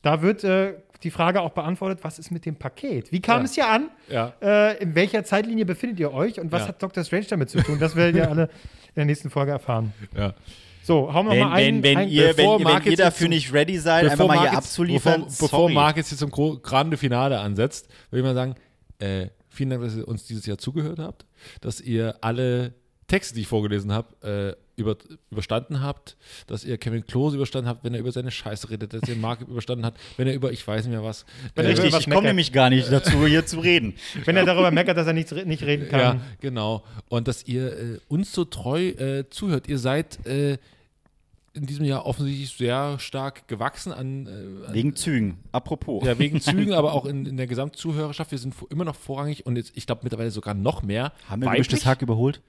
S1: da wird äh, die Frage auch beantwortet, was ist mit dem Paket? Wie kam
S2: Ja.
S1: es hier an?
S2: ja.
S1: Äh, in welcher Zeitlinie befindet ihr euch? Und was
S2: Ja.
S1: hat Dr. Strange damit zu tun? Das werdet ihr alle in der nächsten Folge erfahren.
S2: ja.
S1: So, hauen wir
S3: Wenn,
S1: mal einen.
S3: wenn, wenn,
S1: einen
S3: ihr, wenn,
S2: bevor
S3: ihr-
S2: Mark
S3: wenn ihr
S2: jetzt
S3: dafür
S2: zum-
S3: nicht ready seid, einfach mal hier abzuliefern.
S2: Bevor, bevor
S3: sorry.
S2: Marc jetzt hier zum gro- grande Finale ansetzt, würde ich mal sagen, äh, vielen Dank, dass ihr uns dieses Jahr zugehört habt, dass ihr alle Texte, die ich vorgelesen habe, äh, über, überstanden habt, dass ihr Kevin Klose überstanden habt, wenn er über seine Scheiße redet, dass ihr Marc überstanden habt, wenn er über ich weiß nicht mehr was.
S1: Wenn er
S2: äh,
S1: über
S3: Richtig,
S1: was
S3: ich
S1: meckert.
S3: komme nämlich gar nicht dazu, hier zu reden.
S1: wenn er darüber meckert, dass er nicht, nicht reden kann.
S2: Ja, genau. Und dass ihr äh, uns so treu äh, zuhört. Ihr seid äh, in diesem Jahr offensichtlich sehr stark gewachsen an, äh, an
S3: Wegen Zügen. Apropos.
S2: Ja, wegen Zügen, aber auch in, in der Gesamtzuhörerschaft. Wir sind vo- immer noch vorrangig und jetzt, ich glaube, mittlerweile sogar noch mehr.
S3: Haben wir
S2: Weiblich?
S3: gemischtes Hack überholt?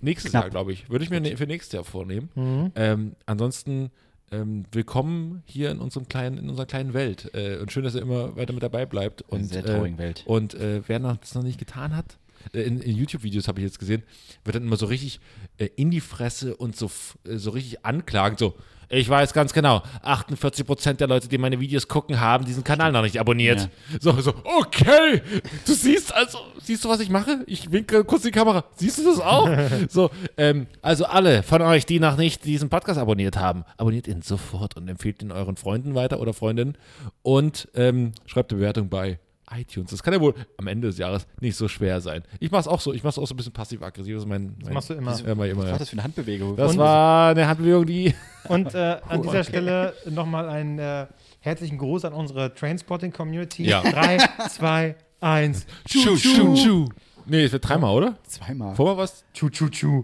S2: Nächstes
S3: Knapp. Mhm.
S2: Jahr, glaube ich. Würde ich mir ne, für nächstes Jahr vornehmen. Ähm, ansonsten ähm, willkommen hier in, unserem kleinen, in unserer kleinen Welt. Äh, und schön, dass ihr immer weiter mit dabei bleibt. Und,
S3: sehr traurigen Welt.
S2: Und äh, wer noch, das noch nicht getan hat, äh, in, in YouTube-Videos habe ich jetzt gesehen, wird dann immer so richtig äh, in die Fresse und so, f- äh, so richtig anklagend. So, ich weiß ganz genau, 48% der Leute, die meine Videos gucken, haben diesen Kanal noch nicht abonniert. So, so, okay, du siehst also, siehst du, was ich mache? Ich winke kurz die Kamera. Siehst du das auch? so, ähm, also alle von euch, die noch nicht diesen Podcast abonniert haben, abonniert ihn sofort und empfehlt ihn euren Freunden weiter oder Freundinnen und ähm, schreibt eine Bewertung bei iTunes. Das kann ja wohl am Ende des Jahres nicht so schwer sein. Ich mach's auch so. Ich mach's auch so ein bisschen passiv-aggressiv. Das, ist mein, mein, das
S1: machst du immer.
S2: Ja, mein, immer
S3: Was
S2: ja.
S3: war das für eine Handbewegung?
S2: Das war eine Handbewegung, die.
S1: Und äh, an dieser
S2: Oh, okay.
S1: Stelle nochmal einen äh, herzlichen Gruß an unsere Trainspotting-Community.
S2: Ja.
S1: Drei, zwei, eins.
S2: Tschu, tschu, tschu. Nee, es wird dreimal, oder?
S3: Zweimal.
S2: Vorher was?
S1: Tschu, tschu, tschu.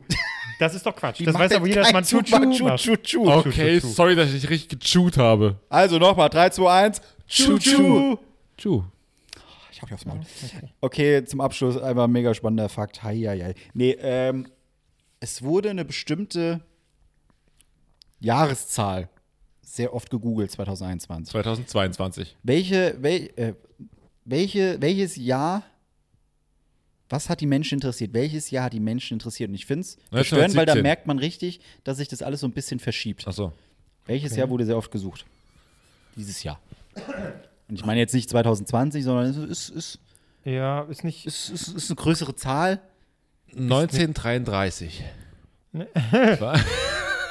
S1: Das ist doch Quatsch.
S3: Die
S1: das
S3: macht
S1: weiß
S3: denn
S1: aber jeder, dass
S3: kein
S1: man tschu, tschu,
S3: Zug,
S1: macht.
S3: tschu, tschu.
S2: Okay,
S1: tschu, tschu.
S2: sorry, dass ich nicht richtig gechewt habe.
S3: Also nochmal, 3, 2, 1. Tschu, tschu.
S2: Tschu.
S3: Ich hau dich aufs Maul. Okay, zum Abschluss einmal ein mega spannender Fakt. Hei, hei, hei. Nee, ähm, es wurde eine bestimmte Jahreszahl sehr oft gegoogelt, 2021.
S2: 2022.
S3: Welche, wel, äh, welche, welches Jahr, was hat die Menschen interessiert? Welches Jahr hat die Menschen interessiert? Und ich finde es verstörend, weil da
S2: 1917.
S3: merkt man richtig, dass sich das alles so ein bisschen verschiebt.
S2: Achso.
S3: Welches Jahr wurde sehr oft gesucht? Dieses Jahr. Und ich meine jetzt nicht 2020, sondern es ist, ist,
S1: Ja, ist nicht.
S3: ist, ist, ist eine größere Zahl.
S2: 1933.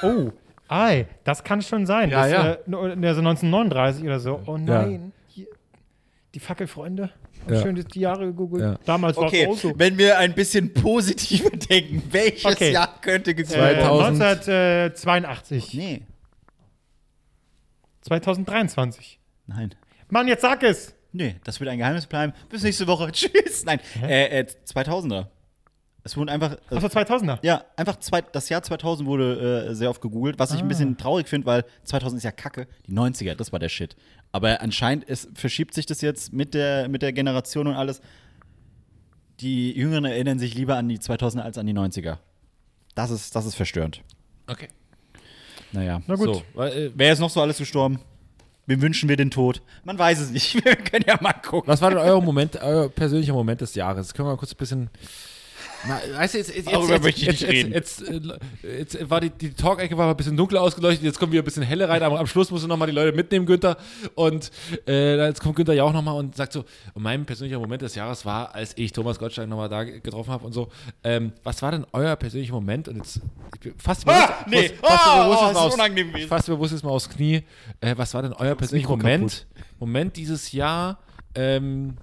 S1: Oh, ei, das kann schon sein.
S2: Ja,
S1: das,
S2: ja.
S1: Äh, no- also 1939 oder so. Oh
S2: Ja.
S1: nein. Hier, die Fackelfreunde haben
S2: Ja.
S1: schön die- die Jahre gegoogelt.
S2: Ja.
S1: Damals
S3: Okay,
S1: war es auch so.
S3: wenn wir ein bisschen positiver denken, welches
S1: Okay.
S3: Jahr könnte gegoogelt
S1: Äh,
S2: 2000.
S1: 1982.
S3: Nee,
S1: 2023.
S3: nein.
S1: Mann, jetzt sag es!
S3: Nee, das wird ein Geheimnis bleiben. Bis nächste Woche. Tschüss. Nein, äh, äh, 2000er. Es wurden einfach. äh,
S1: Achso, 2000er.
S3: ja, einfach zwei, das Jahr 2000 wurde äh, sehr oft gegoogelt, was
S1: Ah.
S3: ich ein bisschen traurig finde, weil 2000 ist ja kacke. Die 90er, das war der Shit. Aber anscheinend es verschiebt sich das jetzt mit der, mit der Generation und alles. Die Jüngeren erinnern sich lieber an die 2000er als an die 90er. Das ist, das ist verstörend.
S2: Okay.
S3: Naja.
S1: Na gut.
S2: So, weil, äh,
S3: Wer ist noch so alles gestorben? Wem wünschen wir den Tod? Man weiß es nicht. Wir können ja mal gucken.
S2: was war denn euer Moment, euer persönlicher Moment des Jahres? Können wir mal kurz ein bisschen Na, weißt du, jetzt, jetzt,
S3: Darüber
S2: jetzt,
S3: möchte ich
S2: jetzt,
S3: nicht reden.
S2: Jetzt, jetzt, äh, jetzt war die, die Talk-Ecke war ein bisschen dunkler ausgeleuchtet, jetzt kommen wir ein bisschen helle rein, aber am Schluss musst du nochmal die Leute mitnehmen, Günther. Und äh, jetzt kommt Günther ja auch nochmal und sagt so, und mein persönlicher Moment des Jahres war, als ich Thomas Gottschalk nochmal da ge- getroffen habe und so, ähm, was war denn euer persönlicher Moment? Und jetzt ich bin fast bewusst,
S3: nee. Ah, oh, das ist unangenehm gewesen.
S2: fast bewusst jetzt mal aufs Knie. Äh, was war denn euer persönlicher
S3: Mikro
S2: Moment, Moment dieses Jahr? Ähm,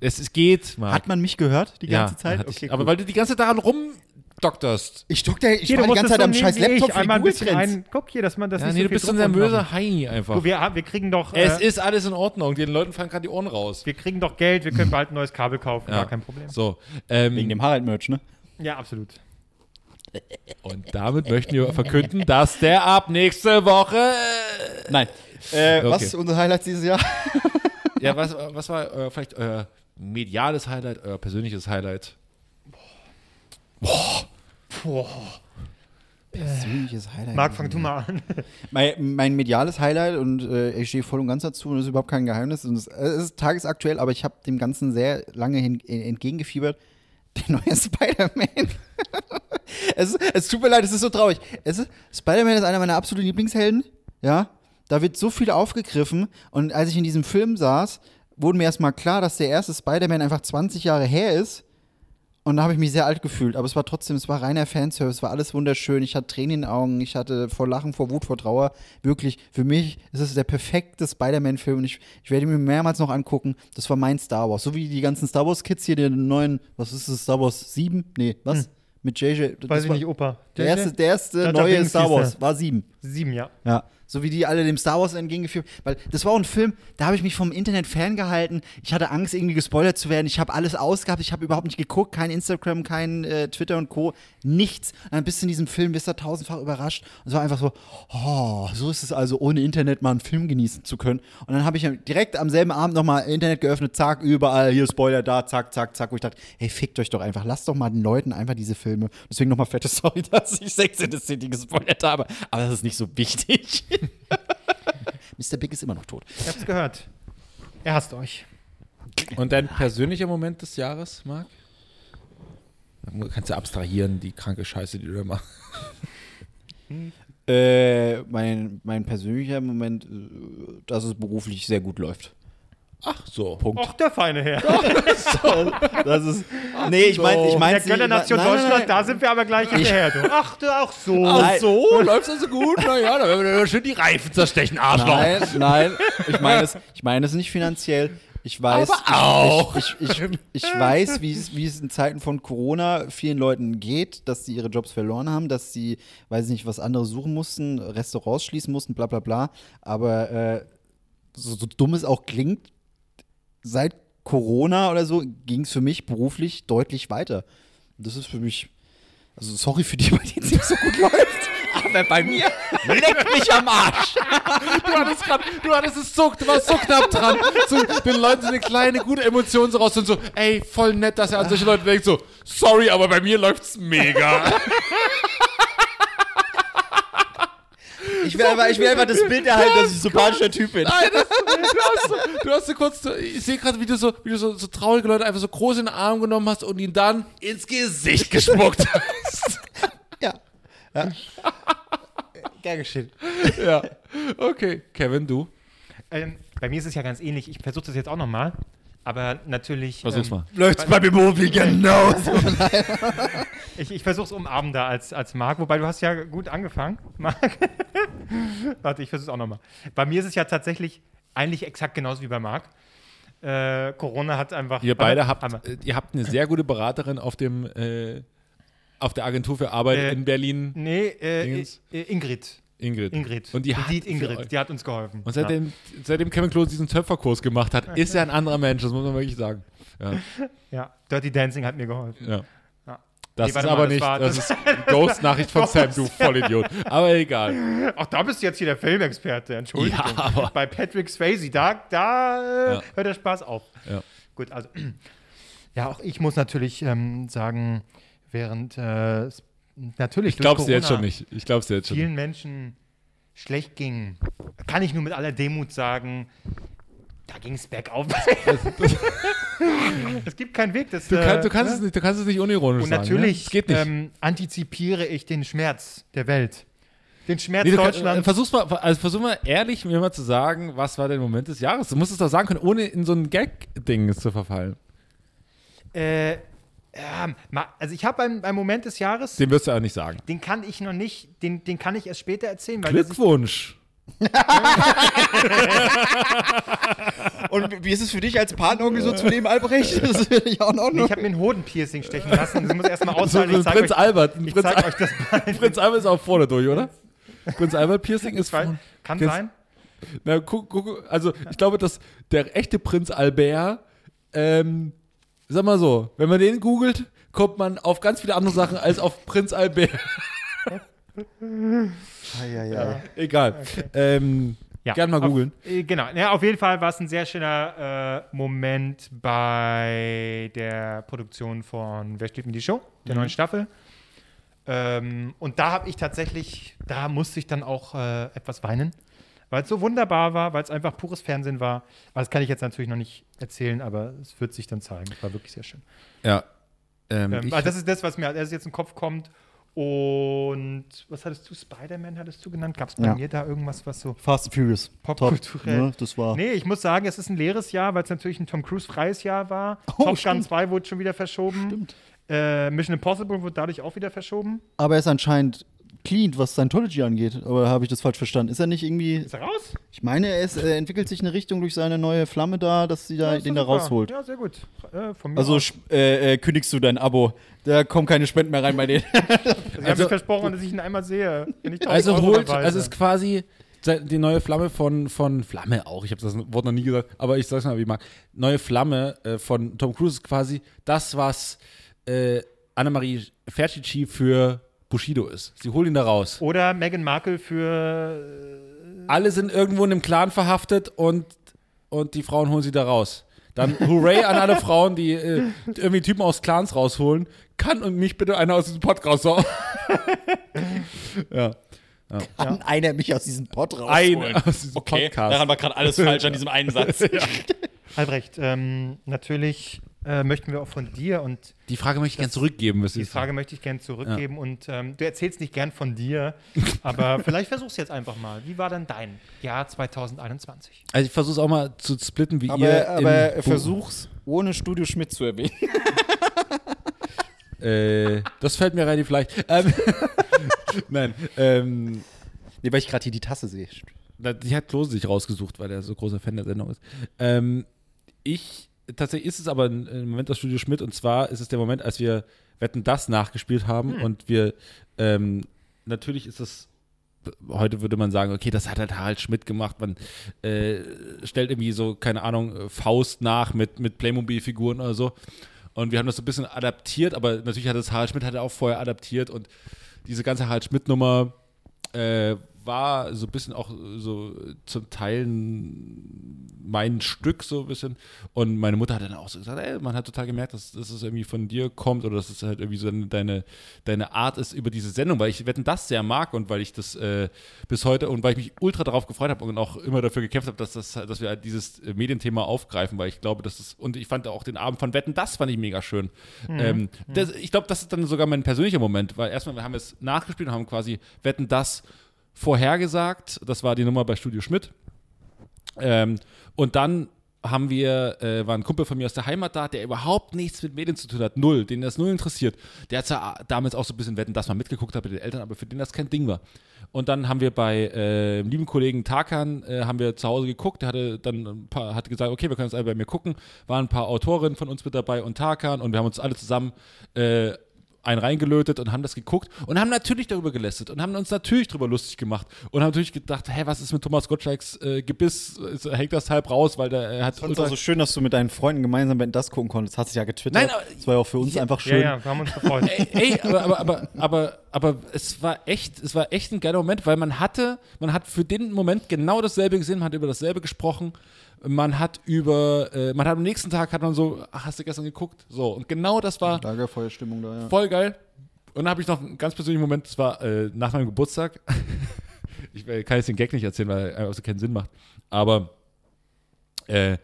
S2: es, es geht, Marc.
S3: Hat man mich gehört die ganze
S2: Ja,
S3: Zeit?
S2: hatte ich.
S3: Okay,
S2: aber
S3: gut.
S2: weil du die ganze Zeit daran rumdokterst.
S3: ich stock da, ich
S1: Hier,
S3: war
S1: du
S3: die
S1: musst
S3: ganze
S1: es
S3: Zeit
S1: so
S3: am
S1: nehmen
S3: scheiß
S1: wie ich,
S3: Laptop für
S1: einmal ein bisschen
S3: Google-Trends.
S1: ein, Guck hier, dass man das
S2: Ja,
S1: nicht
S2: nee,
S1: so
S2: du
S1: viel
S2: bist so ein
S1: Druck
S2: nervöser
S1: machen.
S2: Heini einfach.
S1: Du, wir, wir kriegen doch.
S2: es
S1: äh,
S2: ist alles in Ordnung. Den Leuten fallen gerade die Ohren raus.
S1: wir kriegen doch Geld, wir können bald ein neues Kabel kaufen,
S2: Ja.
S1: gar kein Problem.
S2: So, ähm,
S3: Wegen dem Harald-Merch, ne?
S1: Ja, absolut.
S2: und damit möchten wir verkünden, dass der ab nächste Woche. äh,
S3: Nein. Äh,
S2: Okay.
S3: Was ist unser Highlight dieses Jahr?
S1: Äh.
S2: Ja, was, was war euer, vielleicht euer mediales Highlight, euer persönliches Highlight?
S3: Persönliches Highlight.
S1: Marc, fang du mal an.
S3: Mein, mein mediales Highlight und äh, ich stehe voll und ganz dazu und das ist überhaupt kein Geheimnis. Und es, äh, es ist tagesaktuell, aber ich habe dem Ganzen sehr lange hin, en- entgegengefiebert. Der neue Spider-Man. es, ist- es tut mir leid, es ist so traurig. Es ist, Spider-Man ist einer meiner absoluten Lieblingshelden. Ja, da wird so viel aufgegriffen. Und als ich in diesem Film saß, wurde mir erstmal klar, dass der erste Spider-Man einfach 20 Jahre her ist. Und da habe ich mich sehr alt gefühlt. Aber es war trotzdem, es war reiner Fanservice, es war alles wunderschön. Ich hatte Tränen in den Augen, ich hatte vor Lachen, vor Wut, vor Trauer. Wirklich, für mich ist es der perfekte Spider-Man-Film. Und ich, ich werde ihn mir mehrmals noch angucken. Das war mein Star Wars. So wie die ganzen Star Wars-Kids hier, den neuen, was ist das, Star Wars 7? Nee, was? Mit JJ. das
S1: Hm. Weiß ich
S3: war-
S1: nicht, Opa.
S3: Der erste, der erste
S1: Jar Jar
S3: neue
S1: Binks
S3: Star
S1: hieß
S3: Wars
S1: der.
S3: war 7.
S1: Sieben, ja.
S3: Ja. So wie die alle dem Star Wars entgegengeführt. Weil das war auch ein Film, da habe ich mich vom Internet ferngehalten. Ich hatte Angst, irgendwie gespoilert zu werden. Ich habe alles ausgehabt. Ich habe überhaupt nicht geguckt. Kein Instagram, kein äh, Twitter und Co. Nichts. Und dann bist du in diesem Film, bist du tausendfach überrascht. Und es war einfach so, oh, so ist es also, ohne Internet mal einen Film genießen zu können. Und dann habe ich direkt am selben Abend nochmal Internet geöffnet. Zack, überall, hier Spoiler da, zack, zack, zack. Wo ich dachte, hey, fickt euch doch einfach. Lasst doch mal den Leuten einfach diese Filme. Deswegen nochmal fette Sorry, dass ich Sex in the City gespoilert habe. Aber das ist nicht so wichtig. Mr. Big ist immer noch tot.
S1: Ich hab's gehört. Er hasst euch.
S2: Und dein persönlicher Moment des Jahres, Marc? Kannst du abstrahieren, die kranke Scheiße, die du da machst.
S3: Äh, mein, mein persönlicher Moment, äh, dass es beruflich sehr gut läuft.
S2: Ach so.
S1: Och, der feine Herr.
S3: Das ist. Nee, ich meine, ich meine.
S1: der Kölner Nation Deutschland, da sind wir aber gleich hinterher. Du. Ach, du, auch
S2: Ah.
S1: so.
S3: Nein.
S2: so, läuft's also gut? Naja, dann werden wir doch schön die Reifen zerstechen, Arschloch.
S3: Nein, nein, ich meine es, ich meine es nicht finanziell. Ich weiß,
S2: auch.
S3: Ich, ich, ich, ich weiß, wie es, wie es in Zeiten von Corona vielen Leuten geht, dass sie ihre Jobs verloren haben, dass sie, weiß ich nicht, was anderes suchen mussten, Restaurants schließen mussten, bla bla bla. Aber äh, so, so dumm es auch klingt, seit Corona oder so ging es für mich beruflich deutlich weiter. Das ist für mich, also sorry für die, bei denen es nicht so gut läuft. Aber bei mir leckt mich am Arsch.
S2: Du hattest grad, du hattest es so, du warst so knapp dran, so, den Leuten so eine kleine, gute Emotion so raus und so, ey, voll nett, dass er an solche Leute denkt, so, sorry, aber bei mir läuft's mega.
S3: Ich will, einfach, ich will einfach das Bild erhalten, dass ich ein sympathischer Typ bin.
S2: Nein, das, du, hast so, du hast so kurz, so- ich sehe gerade, wie du, so, wie du so, so traurige Leute einfach so groß in den Arm genommen hast und ihn dann ins Gesicht gespuckt hast.
S3: Ja. ja. Gern geschehen.
S2: ja, okay. Kevin, du?
S1: Ähm, bei mir ist es ja ganz ähnlich. Ich versuche das jetzt auch nochmal. Aber natürlich. ähm,
S3: Läuft's bei mir genau. Mobi genauso.
S1: Ich, ich versuche es umarmender als, als Marc, wobei du hast ja gut angefangen, Marc. Warte, ich versuche es auch nochmal. Bei mir ist es ja tatsächlich eigentlich exakt genauso wie bei Marc. Äh, Corona hat einfach.
S2: Ihr beide
S1: Hammer.
S2: habt, äh, ihr habt eine sehr gute Beraterin auf dem, äh, auf der Agentur für Arbeit
S1: Äh,
S2: in Berlin,
S1: Nee, äh,
S2: Dingens.
S1: äh, Ingrid.
S2: Ingrid.
S1: Ingrid.
S2: Und die hat
S1: Sieht
S2: für euch-
S1: Ingrid, die hat uns geholfen.
S2: Und seitdem, seitdem Kevin Klose diesen Töpferkurs gemacht hat, ist er ein anderer Mensch, das muss man wirklich sagen. Ja,
S1: ja. ja, Dirty Dancing hat mir geholfen.
S2: ja.
S1: Ja.
S2: Das
S1: Nee,
S2: ist
S1: warte
S2: aber
S1: mal, das
S2: nicht,
S1: war-
S2: das,
S1: das-
S2: ist Ghost-Nachricht von Sam, du Vollidiot. Aber egal.
S1: Auch da bist du jetzt hier der Filmexperte, Entschuldigung.
S2: Ja, aber-
S1: Bei Patrick Swayze, da, da äh,
S2: Ja.
S1: hört der Spaß auf.
S2: Ja.
S1: Gut, also. Ja, auch ich muss natürlich ähm, sagen, während äh, s- natürlich
S2: Ich glaub's
S1: durch
S2: dir jetzt
S1: Corona
S2: schon nicht. Ich glaub's dir jetzt schon nicht.
S1: vielen Menschen schlecht ging, kann ich nur mit aller Demut sagen, da ging es bergauf. Es gibt keinen Weg. Das,
S2: Du,
S1: äh,
S2: kann, du, kannst
S1: ne?
S2: es nicht, du kannst es nicht unironisch
S1: Und
S2: sagen.
S1: natürlich
S2: ne? Es geht nicht.
S1: Ähm, antizipiere ich den Schmerz der Welt. Den Schmerz
S2: Nee, du kannst- äh,
S1: Deutschlands.
S2: versuch's mal, also versuch mal ehrlich mir mal zu sagen, was war der Moment des Jahres? Du musst es doch sagen können, ohne in so ein Gag-Ding zu verfallen.
S1: äh, ähm, ma- also ich habe einen, einen Moment des Jahres,
S2: Den wirst du ja nicht sagen.
S1: den kann ich noch nicht, den, den kann ich erst später erzählen, weil der sich-
S2: Glückwunsch.
S3: Und wie ist es für dich als Partneronkel so zu neben Albrecht? Das finde ich auch in
S1: Nee,
S3: Ordnung.
S1: ich habe mir ein Hodenpiercing stechen lassen. Das muss erstmal
S2: So,
S1: auszahlen. Ich
S2: so ein
S1: zeige
S2: Prinz
S1: euch,
S2: Albert. Ein
S1: ich
S2: Prinz,
S1: zeig
S2: Al
S1: euch das mal.
S2: Prinz Albert ist auch vorne durch, oder? Prinz Albert Piercing ist vorne.
S1: Kann
S2: Prinz-
S1: sein.
S2: Na, guck, guck, also ich glaube, dass der echte Prinz Albert, ähm, sag mal so, wenn man den googelt, kommt man auf ganz viele andere Sachen als auf Prinz Albert.
S3: Ja, ja.
S2: Egal. Ähm,
S1: Ja,
S2: Gern mal googeln.
S1: Auf, äh, genau. Ja, auf jeden Fall war es ein sehr schöner äh, Moment bei der Produktion von Wer steht mir die Show? Der neuen Staffel. Ähm, und da habe ich tatsächlich, da musste ich dann auch äh, etwas weinen, weil es so wunderbar war, weil es einfach pures Fernsehen war. Aber das kann ich jetzt natürlich noch nicht erzählen, aber es wird sich dann zeigen. Es war wirklich sehr schön.
S2: Ja. Ähm,
S1: Ähm,
S2: ich-
S1: also das ist das, was mir als erstes jetzt in den Kopf kommt. Und was hattest du? Spider-Man hattest du genannt? Gab es bei
S3: Ja.
S1: mir da irgendwas, was so
S3: Fast and Furious.
S1: popkulturell?
S3: Ne, das war.
S1: Nee, ich muss sagen, es ist ein leeres Jahr, weil es natürlich ein Tom Cruise-freies Jahr war.
S3: Oh,
S1: Top Gun
S3: stimmt.
S1: 2 wurde schon wieder verschoben.
S3: Stimmt.
S1: Äh, Mission Impossible wurde dadurch auch wieder verschoben.
S3: Aber er ist anscheinend clean, was Scientology angeht. Aber habe ich das falsch verstanden? Ist er nicht irgendwie.
S1: Ist er raus?
S3: Ich meine, er, ist, er entwickelt sich eine Richtung durch seine neue Flamme da, dass sie da
S1: Ja, ist
S3: den da
S1: doch super.
S3: rausholt.
S1: Ja, sehr gut. Äh, von mir
S3: Also
S1: aus.
S3: sch- äh, äh, kündigst du dein Abo. Da kommen keine Spenden mehr rein bei denen.
S1: Sie haben
S2: also-
S1: mir versprochen, dass ich ihn einmal sehe. wenn ich 1000
S2: Also
S1: Euro
S2: holt,
S1: dabei
S2: also
S1: bin.
S2: ist quasi se- die neue Flamme von, von Flamme auch, ich habe das Wort noch nie gesagt, aber ich sag's mal, wie ich mag. Neue Flamme äh, von Tom Cruise ist quasi das, was äh, Annemarie Fertici für Bushido ist. Sie holt ihn da raus.
S1: Oder Meghan Markle für
S2: Alle sind irgendwo in einem Clan verhaftet und, und die Frauen holen sie da raus. Dann Hooray an alle Frauen, die äh, irgendwie Typen aus Clans rausholen. Kann und mich bitte einer aus diesem Podcast raus. ja.
S3: Kann einer mich aus diesem Pott rausholen?
S2: Einer aus diesem
S4: Okay,
S2: Podcast.
S4: daran war gerade alles falsch an diesem einen Satz.
S1: äh, Albrecht. Ähm, natürlich äh, möchten wir auch von dir und
S2: Die Frage möchte ich gerne zurückgeben. müssen.
S1: Die Frage möchte ich gerne zurückgeben und ähm, du erzählst nicht gern von dir, aber vielleicht versuchst du jetzt einfach mal. Wie war dann dein Jahr 2021?
S2: Also ich versuche es auch mal zu splitten, wie ihr
S3: Aber,
S2: im
S3: aber
S2: Buch-
S3: versuch's ohne Studio Schmidt zu erwähnen.
S2: Äh, das fällt mir relativ leicht. Ähm, Nein, ähm,
S3: Nee, weil ich gerade hier die Tasse sehe.
S2: na, die hat Klose sich rausgesucht, weil er so großer Fan der Sendung ist. Ähm, ich, tatsächlich ist es aber ein, ein Moment aus Studio Schmidt und zwar ist es der Moment, als wir Wetten, das nachgespielt haben und wir, ähm, natürlich ist es heute würde man sagen, okay, das hat halt Harald Schmidt gemacht. Man äh, stellt irgendwie so, keine Ahnung, Faust nach mit, mit Playmobil-Figuren oder so. Und wir haben das so ein bisschen adaptiert, aber natürlich hat das Harald Schmidt hat er auch vorher adaptiert und diese ganze Harald Schmidt-Nummer äh, war so ein bisschen auch so zum Teil mein Stück so ein bisschen. Und meine Mutter hat dann auch so gesagt, ey, man hat total gemerkt, dass, dass es irgendwie von dir kommt oder dass es halt irgendwie so eine- deine, deine Art ist über diese Sendung, weil ich Wetten das sehr mag und weil ich das äh, bis heute und weil ich mich ultra darauf gefreut habe und auch immer dafür gekämpft habe, dass, das, dass wir halt dieses äh, Medienthema aufgreifen, weil ich glaube, dass es, und ich fand auch den Abend von Wetten das fand ich mega schön. Ähm, das, ich glaube, das ist dann sogar mein persönlicher Moment, weil erstmal, wir haben es nachgespielt und haben quasi Wetten das vorhergesagt. Das war die Nummer bei Studio Schmidt. Ähm, und dann haben wir, äh, war ein Kumpel von mir aus der Heimat da, der überhaupt nichts mit Medien zu tun hat, null, den das null interessiert. Der hat zwar damals auch so ein bisschen Wetten, dass man mitgeguckt hat mit den Eltern, aber für den das kein Ding war. Und dann haben wir bei äh, dem lieben Kollegen Tarkan, äh, haben wir zu Hause geguckt, der hatte dann ein paar, hat gesagt, okay, wir können uns alle bei mir gucken, waren ein paar Autorinnen von uns mit dabei und Tarkan und wir haben uns alle zusammen äh, einen reingelötet und haben das geguckt und haben natürlich darüber gelästert und haben uns natürlich darüber lustig gemacht und haben natürlich gedacht, hä, was ist mit Thomas Gottschalks äh, Gebiss? Ist- Hängt das halb raus, weil der äh, hat
S3: Ich fand es auch so schön, dass du mit deinen Freunden gemeinsam wenn das gucken konntest. Hast du ja getwittert.
S2: Nein, aber-
S3: das war ja auch für uns einfach schön.
S1: Ja, ja, wir haben uns gefreut.
S2: Ey, ey, aber, aber, aber, aber, aber es war echt, es war echt ein geiler Moment, weil man hatte, man hat für den Moment genau dasselbe gesehen, man hat über dasselbe gesprochen, man hat über, äh, man hat am nächsten Tag hat man so, ach, hast du gestern geguckt? So, und genau das war
S3: Lagerfeuerstimmung da, ja.
S2: Voll geil. Und dann habe ich noch einen ganz persönlichen Moment, das war äh, nach meinem Geburtstag. ich äh, kann jetzt den Gag nicht erzählen, weil er also keinen Sinn macht. Aber äh,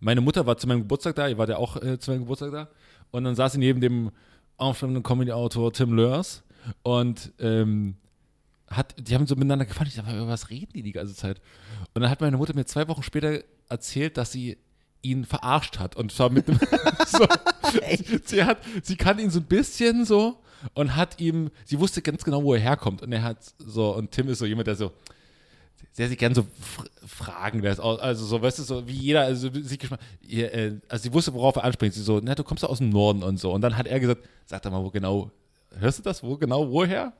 S2: Meine Mutter war zu meinem Geburtstag da, ihr wart ja auch äh, zu meinem Geburtstag da. Und dann saß sie neben dem aufschreibenden Comedy-Autor Tim Lörs und ähm, hat, die haben so miteinander gefahren. Ich dachte, über was reden die die ganze Zeit? Und dann hat meine Mutter mir zwei Wochen später erzählt, dass sie ihn verarscht hat. Und zwar mit einem. so, sie, hat, sie kann ihn so ein bisschen so und hat ihm. Sie wusste ganz genau, wo er herkommt. Und er hat so. Und Tim ist so jemand, der so. Der sich gern so fr fragen lässt. Au- Also, so, weißt du, so wie jeder. Also, sie, geschma- ihr, äh, also sie wusste, worauf er anspringt. Sie so, na, du kommst ja aus dem Norden und so. Und dann hat er gesagt: Sag doch mal, wo genau. Hörst du das? Wo genau, woher?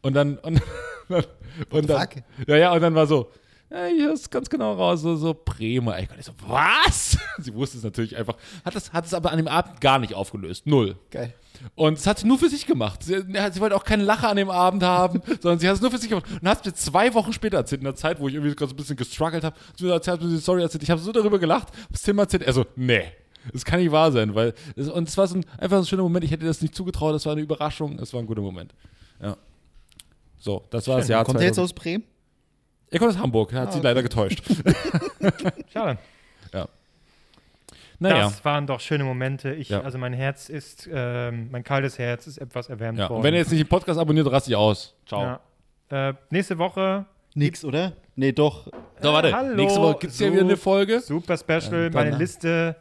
S2: Und dann. Und, und, dann.
S3: fuck?
S2: Ja, ja, und dann war so, ja, hier ist ganz genau raus, so, so Bremer. Ich so, was? Sie wusste es natürlich einfach, hat es hat es aber an dem Abend gar nicht aufgelöst, null.
S3: Geil.
S2: Und es hat sie nur für sich gemacht. Sie, sie wollte auch keine Lache an dem Abend haben, sondern sie hat es nur für sich gemacht. Und hat es mir zwei Wochen später erzählt, in der Zeit, wo ich irgendwie gerade so ein bisschen gestruggelt habe. Sie hat mir erzählt, hat mir die Story erzählt. Ich habe so darüber gelacht, was Tim erzählt. Er so, nee, das kann nicht wahr sein. Weil, es- und es war so ein, einfach so ein schöner Moment. Ich hätte dir das nicht zugetraut, das war eine Überraschung. Es war ein guter Moment. Ja. So, das war das Jahr
S3: Kommt er jetzt
S2: 2000.
S3: aus Bremen?
S2: Er kommt aus Hamburg, hat
S1: Ah.
S2: sie leider getäuscht.
S1: Schade.
S2: Naja.
S1: Das waren doch schöne Momente. Ich,
S2: Ja.
S1: Also mein Herz ist, ähm, mein kaltes Herz ist etwas erwärmt
S2: Ja.
S1: worden.
S2: Und wenn ihr jetzt nicht den Podcast abonniert, rast ich aus. Ciao.
S1: ja. äh, nächste Woche
S3: Nix, oder? Nee, doch.
S2: So, warte.
S1: Äh, Hallo.
S2: Nächste Woche gibt es ja
S1: So.
S2: wieder eine Folge.
S1: super Special.
S2: Dann-
S1: Meine Liste,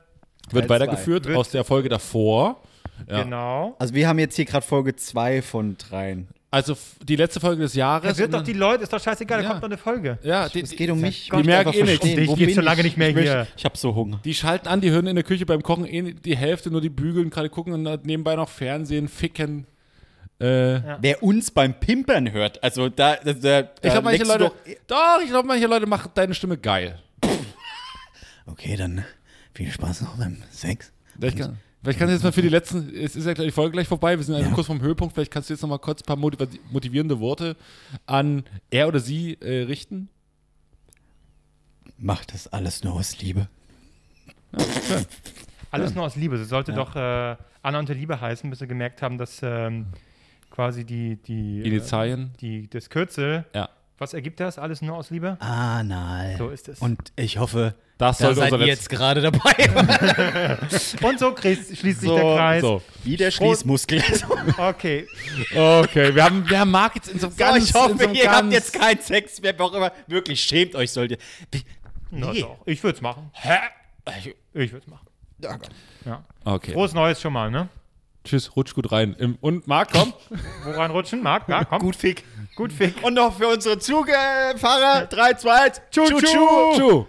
S2: Wird
S3: Teil
S2: weitergeführt
S1: zwei. Wird-
S2: aus der Folge davor. Ja.
S1: genau.
S3: Also wir haben jetzt hier gerade Folge 2 von 3.
S2: Also f- die letzte Folge des
S1: Das
S2: Jahres.
S1: wird
S2: und
S1: doch die Leute, ist doch scheißegal,
S2: Ja.
S1: da kommt noch eine Folge.
S2: ja, die,
S3: Es geht um mich.
S2: die merken eh nichts.
S1: Ich
S3: Wo
S1: gehe
S3: bin
S1: schon lange nicht mehr
S3: ich möcht-
S1: hier.
S3: Ich hab so Hunger.
S2: die schalten an, die hören in der Küche beim Kochen eh die Hälfte nur die Bügeln, gerade gucken und dann nebenbei noch Fernsehen, ficken. Äh,
S3: Wer uns beim Pimpern hört, also da, da, da
S2: ich
S1: Äh,
S2: glaube, manche Leute.
S3: Doch,
S2: Doch, ich glaube, manche Leute machen deine Stimme geil.
S3: okay, dann viel Spaß noch beim Sex.
S2: Vielleicht kann, vielleicht kannst du jetzt mal für die letzten, es ist ja gleich die Folge gleich vorbei, wir sind also kurz vom Höhepunkt, vielleicht kannst du jetzt noch mal kurz ein paar motiva motivierende Worte an er oder sie äh, richten.
S3: Macht das alles nur aus Liebe.
S1: Alles nur aus Liebe. Sie sollte doch äh, Anna und der Liebe heißen, bis sie gemerkt haben, dass ähm, quasi die, die, äh,
S2: Initialien.
S1: die, das Kürzel,
S2: Ja.
S1: was ergibt das? Alles nur aus Liebe?
S3: Anal.
S1: So ist es.
S3: Und ich hoffe,
S2: Das
S3: da
S2: sollte
S3: seid
S2: unser
S3: ihr
S2: letztes-
S3: jetzt gerade dabei.
S1: Und so kriegst, schließt sich der Kreis.
S2: So.
S3: Wie der Schließmuskel. so,
S1: Okay.
S2: Okay, wir haben, wir haben Marc jetzt in so einem ganz,
S3: ich hoffe,
S2: in so einem
S3: ihr
S2: ganz,
S3: habt jetzt keinen Sex mehr, wer auch immer. Wirklich, schämt euch, sollt ihr. Wie- oh
S1: Na
S3: Nee.
S1: doch. Ich würde es machen.
S3: Ich-
S1: Ich würde es machen. Ja.
S2: Okay.
S1: Groß Neues schon mal, ne?
S2: Tschüss, rutsch gut rein. Im- Und Marc, komm.
S1: Woran rutschen? Marc, ja, komm.
S3: Gut Fick.
S1: Gut, Fick.
S3: Und noch für unsere Zugfahrer 3, 2, 1. Tschu, tschu.
S2: Tschu.